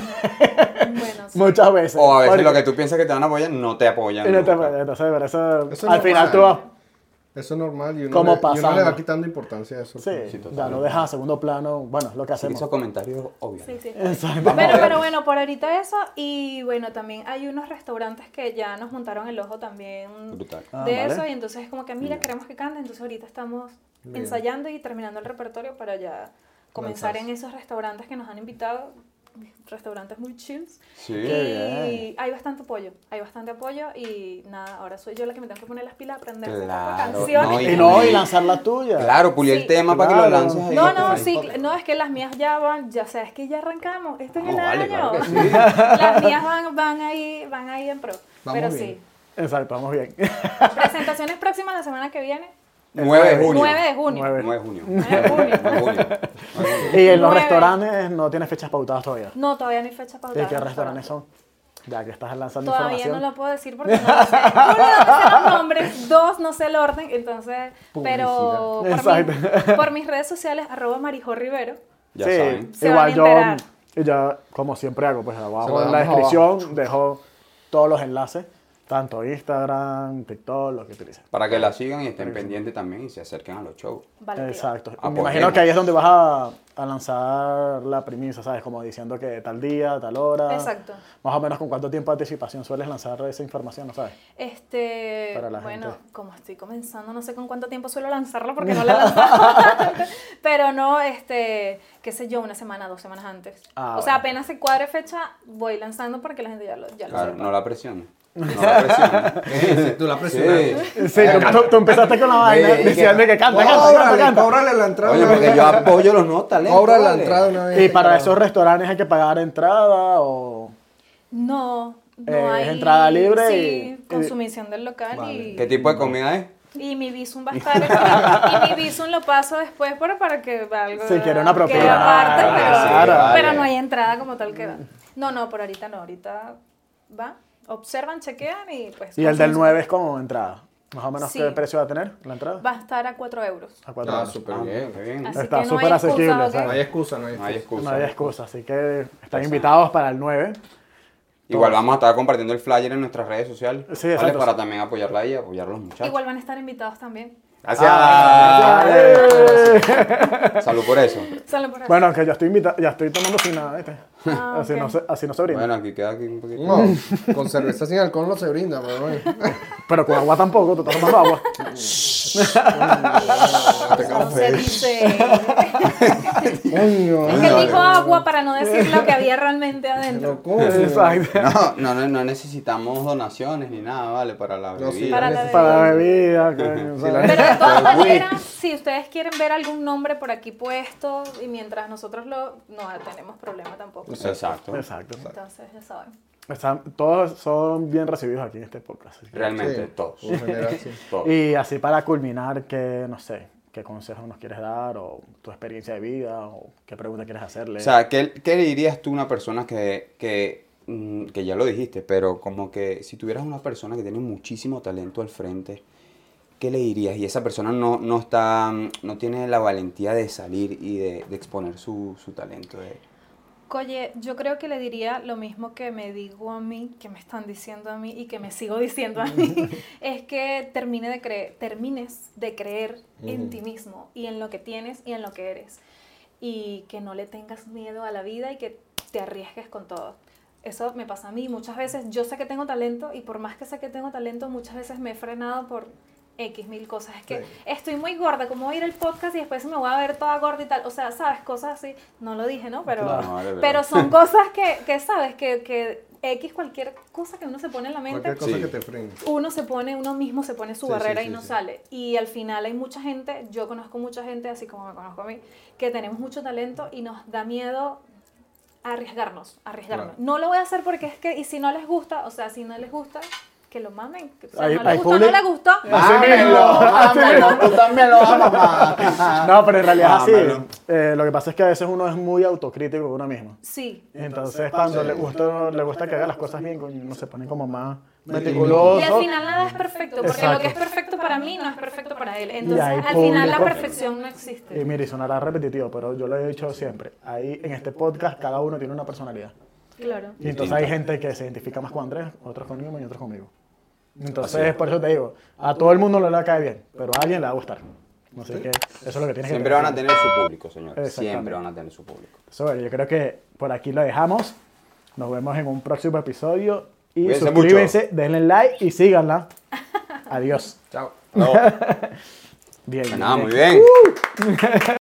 Speaker 4: Bueno, sí.
Speaker 2: Muchas veces.
Speaker 3: O a veces
Speaker 2: Porque-
Speaker 3: lo que tú piensas que te van a apoyar no te apoyan.
Speaker 2: y no te-
Speaker 3: nunca.
Speaker 2: entonces, pero eso-
Speaker 1: Eso
Speaker 2: al
Speaker 1: no
Speaker 2: final
Speaker 1: vale.
Speaker 2: tú vas...
Speaker 1: Eso es normal y uno,
Speaker 2: Como
Speaker 1: le, y uno le va
Speaker 2: pasando.
Speaker 1: quitando importancia a eso. pues.
Speaker 2: Sí,
Speaker 3: Sí, total.
Speaker 2: ya lo dejas a segundo plano. Bueno, es lo que
Speaker 3: Sí,
Speaker 2: hacemos.
Speaker 3: Esos comentarios obvios.
Speaker 4: Sí, sí.
Speaker 2: Eh, Exacto.
Speaker 4: Pero, pero bueno, por ahorita eso. Y bueno, también hay unos restaurantes que ya nos montaron el ojo también de
Speaker 3: Brutal.
Speaker 2: Ah, vale.
Speaker 4: eso. Y entonces es como que, mira, queremos que cante. Entonces ahorita estamos
Speaker 1: Bien.
Speaker 4: ensayando y terminando el repertorio para ya comenzar en esos restaurantes que nos han invitado. Restaurantes muy chills.
Speaker 3: Sí.
Speaker 4: Y
Speaker 2: bien.
Speaker 4: hay bastante apoyo, hay bastante apoyo y nada, ahora soy yo la que me tengo que poner las pilas, aprender
Speaker 3: Claro, no,
Speaker 4: canciones.
Speaker 2: Y no, y lanzar la tuya.
Speaker 3: Claro, pulir
Speaker 4: Sí.
Speaker 3: el tema para que lo
Speaker 2: Claro.
Speaker 3: lances ahí.
Speaker 4: No,
Speaker 3: en
Speaker 4: no,
Speaker 3: Spotify.
Speaker 4: sí, cl- no, es que las mías ya van, ya sabes que ya arrancamos, este es
Speaker 3: No,
Speaker 4: el
Speaker 3: vale,
Speaker 4: año.
Speaker 3: claro
Speaker 4: [LAUGHS]
Speaker 3: que sí.
Speaker 4: Las mías van, van ahí, van ahí en pro.
Speaker 1: Vamos
Speaker 4: Pero
Speaker 1: bien.
Speaker 2: Exacto, vamos bien.
Speaker 3: [LAUGHS]
Speaker 4: sí. Presentaciones próximas la semana que viene,
Speaker 3: 9 de junio.
Speaker 4: 9 de junio.
Speaker 2: Nueve.
Speaker 3: 9 de junio.
Speaker 4: 9 de junio.
Speaker 3: 9 de junio. 9 de junio.
Speaker 2: Y en los
Speaker 4: Nueve.
Speaker 2: restaurantes no tienes fechas pautadas todavía.
Speaker 4: No, todavía no hay fecha para
Speaker 2: ¿Y qué restaurantes son? Ya que estás lanzando
Speaker 4: Todavía no
Speaker 2: información.
Speaker 4: lo puedo decir porque no
Speaker 2: [LAUGHS]
Speaker 4: lo sé. Uno, no sé los nombres. Dos, no sé el orden. Entonces, pero por,
Speaker 2: Exacto.
Speaker 4: mi- por mis redes sociales, arroba Marijo Rivero.
Speaker 3: Ya
Speaker 2: sí,
Speaker 3: saben.
Speaker 4: Se
Speaker 2: igual
Speaker 4: van a enterar.
Speaker 2: yo, yo, como siempre hago, pues
Speaker 1: Se
Speaker 2: abajo
Speaker 1: lo
Speaker 2: en la
Speaker 1: damos abajo.
Speaker 2: descripción dejo todos los enlaces, tanto Instagram, TikTok, lo que utilices.
Speaker 3: Para que la sigan y estén pendientes también y se acerquen a los shows.
Speaker 4: Vale. tío.
Speaker 2: Exacto. Y Me
Speaker 3: Apoyemos.
Speaker 2: imagino que ahí es donde vas a, a lanzar la premisa, ¿sabes? Como diciendo que tal día, tal hora.
Speaker 4: Exacto.
Speaker 2: Más o menos con cuánto tiempo de anticipación sueles lanzar esa información, ¿no sabes?
Speaker 4: Este,
Speaker 2: Para la
Speaker 4: bueno,
Speaker 2: gente.
Speaker 4: como estoy comenzando, no sé con cuánto tiempo suelo lanzarlo porque no la he lanzado. [LAUGHS] pero no, este, qué sé yo, una semana, dos semanas antes.
Speaker 2: Ah,
Speaker 4: o sea,
Speaker 2: bueno.
Speaker 4: apenas se cuadre fecha, voy lanzando porque la gente ya lo, ya lo
Speaker 3: Claro,
Speaker 4: sepa.
Speaker 3: no la presionen. No la
Speaker 1: [LAUGHS]
Speaker 3: presionen.
Speaker 1: Sí, tú la presionas.
Speaker 3: Sí.
Speaker 2: Sí, tú, tú- tú empezaste con la vaina
Speaker 3: Sí,
Speaker 2: diciendo que,
Speaker 3: que-
Speaker 2: canta, canta, canta,
Speaker 1: Cóbrale,
Speaker 2: canta.
Speaker 1: cóbrale la entrada.
Speaker 3: Oye,
Speaker 1: una
Speaker 3: porque
Speaker 1: vez.
Speaker 3: yo apoyo los nuevos talentos.
Speaker 1: Cóbrale la
Speaker 3: vale.
Speaker 1: entrada una vez.
Speaker 2: Y para
Speaker 1: cabrón.
Speaker 2: esos restaurantes hay que pagar entrada o...
Speaker 4: No, no
Speaker 2: Eh,
Speaker 4: hay.
Speaker 2: es entrada libre
Speaker 4: Sí,
Speaker 2: y-
Speaker 4: consumición del local y.
Speaker 3: ¿Qué tipo de comida es?
Speaker 4: Y mi visum va a estar. aquí, y mi visum lo paso después para, para que valga.
Speaker 2: Si quiere una propina.
Speaker 4: quede aparte,
Speaker 2: Claro,
Speaker 4: pero,
Speaker 2: sí,
Speaker 3: Ah, vale.
Speaker 4: pero no hay entrada como tal que va. No, no, por ahorita no. Ahorita va. Observan, chequean y pues.
Speaker 2: Y el del
Speaker 4: consumen.
Speaker 2: 9 es como entrada. Más o menos
Speaker 4: Sí.
Speaker 2: qué precio va a tener la entrada.
Speaker 4: Va a estar a 4 euros.
Speaker 2: A
Speaker 1: Ah,
Speaker 2: cuatro euros.
Speaker 1: súper
Speaker 3: Ah,
Speaker 1: bien.
Speaker 3: qué bien.
Speaker 4: Así
Speaker 2: Está
Speaker 4: que no
Speaker 2: súper
Speaker 4: hay
Speaker 2: asequible,
Speaker 4: excusa, ¿ok?
Speaker 1: No hay excusa, no hay
Speaker 3: No
Speaker 1: excusa.
Speaker 3: hay excusa.
Speaker 2: No hay excusa, así que están invitados para el 9.
Speaker 3: Igual vamos a estar compartiendo el flyer en nuestras redes sociales.
Speaker 2: Sí,
Speaker 3: ¿vale?
Speaker 2: exacto.
Speaker 3: Para también apoyarla a ella, apoyar a los muchachos.
Speaker 4: Igual van a estar invitados también.
Speaker 3: Gracias. Salud por eso.
Speaker 4: Solo por ahí.
Speaker 2: Bueno, que ya estoy invitado, ya estoy tomando sin nada, ¿viste?
Speaker 4: Ah,
Speaker 2: así,
Speaker 4: ok.
Speaker 2: no se, así no se brinda.
Speaker 3: Bueno, aquí queda aquí un poquito.
Speaker 1: No, con cerveza sin alcohol no se brinda, pero
Speaker 4: [LAUGHS]
Speaker 1: bueno.
Speaker 2: Pero con agua tampoco, tú estás tomando agua.
Speaker 4: No se dice.
Speaker 1: Coño,
Speaker 4: Es que él dijo agua para no decir lo que había realmente adentro.
Speaker 1: locura.
Speaker 2: Exacto.
Speaker 3: No, no, no, no necesitamos donaciones ni nada, ¿vale? Para la
Speaker 1: No, [LAUGHS] sí,
Speaker 3: bebida.
Speaker 4: Para la
Speaker 1: necesito-
Speaker 2: Para la bebida, coño,
Speaker 1: Sí, la-
Speaker 2: ¿sabes?
Speaker 4: Pero de
Speaker 3: Pero,
Speaker 4: todas
Speaker 3: güey.
Speaker 4: maneras, si ustedes quieren ver algún nombre por aquí puesto, y mientras nosotros lo. No tenemos problema tampoco.
Speaker 3: Exacto.
Speaker 2: Exacto.
Speaker 4: Entonces, ya saben.
Speaker 2: Están- todos son bien recibidos aquí en este podcast. así que-
Speaker 3: Realmente,
Speaker 1: Sí,
Speaker 3: todos.
Speaker 1: en general,
Speaker 3: [LAUGHS]
Speaker 1: sí.
Speaker 3: Todos.
Speaker 2: Y así para culminar, que no sé, qué consejo nos quieres dar o tu experiencia de vida o qué pregunta quieres hacerle.
Speaker 3: O sea, ¿qué, qué le dirías tú a una persona que, que, mm, que ya lo dijiste, pero como que si tuvieras una persona que tiene muchísimo talento al frente, ¿qué le dirías? Y esa persona no, no está, mm, no tiene la valentía de salir y de, de exponer su, su talento. de-
Speaker 4: Oye, yo creo que le diría lo mismo que me digo a mí, que me están diciendo a mí y que me sigo diciendo a mí, [LAUGHS] es que termine de creer, termines de creer en ti mismo y en lo que tienes y en lo que eres. Y que no le tengas miedo a la vida y que te arriesgues con todo. Eso me pasa a mí muchas veces. Yo sé que tengo talento y por más que sé que tengo talento, muchas veces me he frenado por X mil cosas. Es que
Speaker 1: Sí.
Speaker 4: estoy muy gorda, como voy a ir al podcast y después me voy a ver toda gorda y tal. O sea, ¿sabes? Cosas así. No lo dije, ¿no? Pero,
Speaker 3: Claro, vale, verdad.
Speaker 4: Ah. pero son cosas que, que ¿sabes? Que, que X, cualquier cosa que uno se pone en la mente,
Speaker 1: Cualquier cosa
Speaker 3: Sí.
Speaker 1: que te frene.
Speaker 4: uno se pone, uno mismo se pone su
Speaker 1: Sí, sí,
Speaker 4: barrera
Speaker 1: sí,
Speaker 4: y no
Speaker 1: sí.
Speaker 4: sale. Y al final hay mucha gente, yo conozco mucha gente, así como me conozco a mí, que tenemos mucho talento y nos da miedo arriesgarnos, arriesgarnos.
Speaker 1: Claro.
Speaker 4: No lo voy a hacer porque es que, y si no les gusta, o sea, si no les gusta, que lo mamen. que- O sea,
Speaker 2: Hay-
Speaker 4: no les
Speaker 2: hay
Speaker 4: gustó,
Speaker 2: public- Ah.
Speaker 4: no les gustó.
Speaker 2: mismo, así
Speaker 5: Ámelo, tú también lo amas.
Speaker 2: No, pero en realidad
Speaker 5: Ah,
Speaker 2: sí.
Speaker 5: mano.
Speaker 2: Eh, lo que pasa es que a veces uno es muy autocrítico con uno mismo.
Speaker 4: Sí.
Speaker 2: Entonces, cuando le gusta, le gusta que haga las cosas bien, coño, uno se pone como más
Speaker 4: Y al
Speaker 2: meticuloso.
Speaker 4: final nada es perfecto, porque lo
Speaker 2: Exacto.
Speaker 4: que es perfecto para mí no es perfecto para él. Entonces,
Speaker 2: hay
Speaker 4: al final
Speaker 2: público.
Speaker 4: la
Speaker 2: Em,
Speaker 4: perfección no
Speaker 2: Y
Speaker 4: existe.
Speaker 2: mire, y sonará repetitivo, pero yo lo he dicho siempre. Ahí, en este podcast, cada uno tiene una personalidad.
Speaker 4: Claro.
Speaker 2: Y entonces hay gente que se identifica más con Andrés, otros con Newman y otros conmigo. Entonces, por eso te digo, a todo el mundo no le cae bien, pero a alguien le va a gustar. Así que eso es lo que tienes que
Speaker 3: Siempre van a
Speaker 2: tener.
Speaker 3: tener su público, señores.
Speaker 2: Exactamente.
Speaker 3: Siempre van a tener su público.
Speaker 2: Eso, bueno, yo creo que por aquí lo dejamos. Nos vemos en un próximo episodio. Y
Speaker 3: Cuídense mucho.
Speaker 2: suscríbanse, denle like y síganla. Adiós. [LAUGHS]
Speaker 1: Chao.
Speaker 3: No,
Speaker 2: Bien.
Speaker 3: nada, muy bien.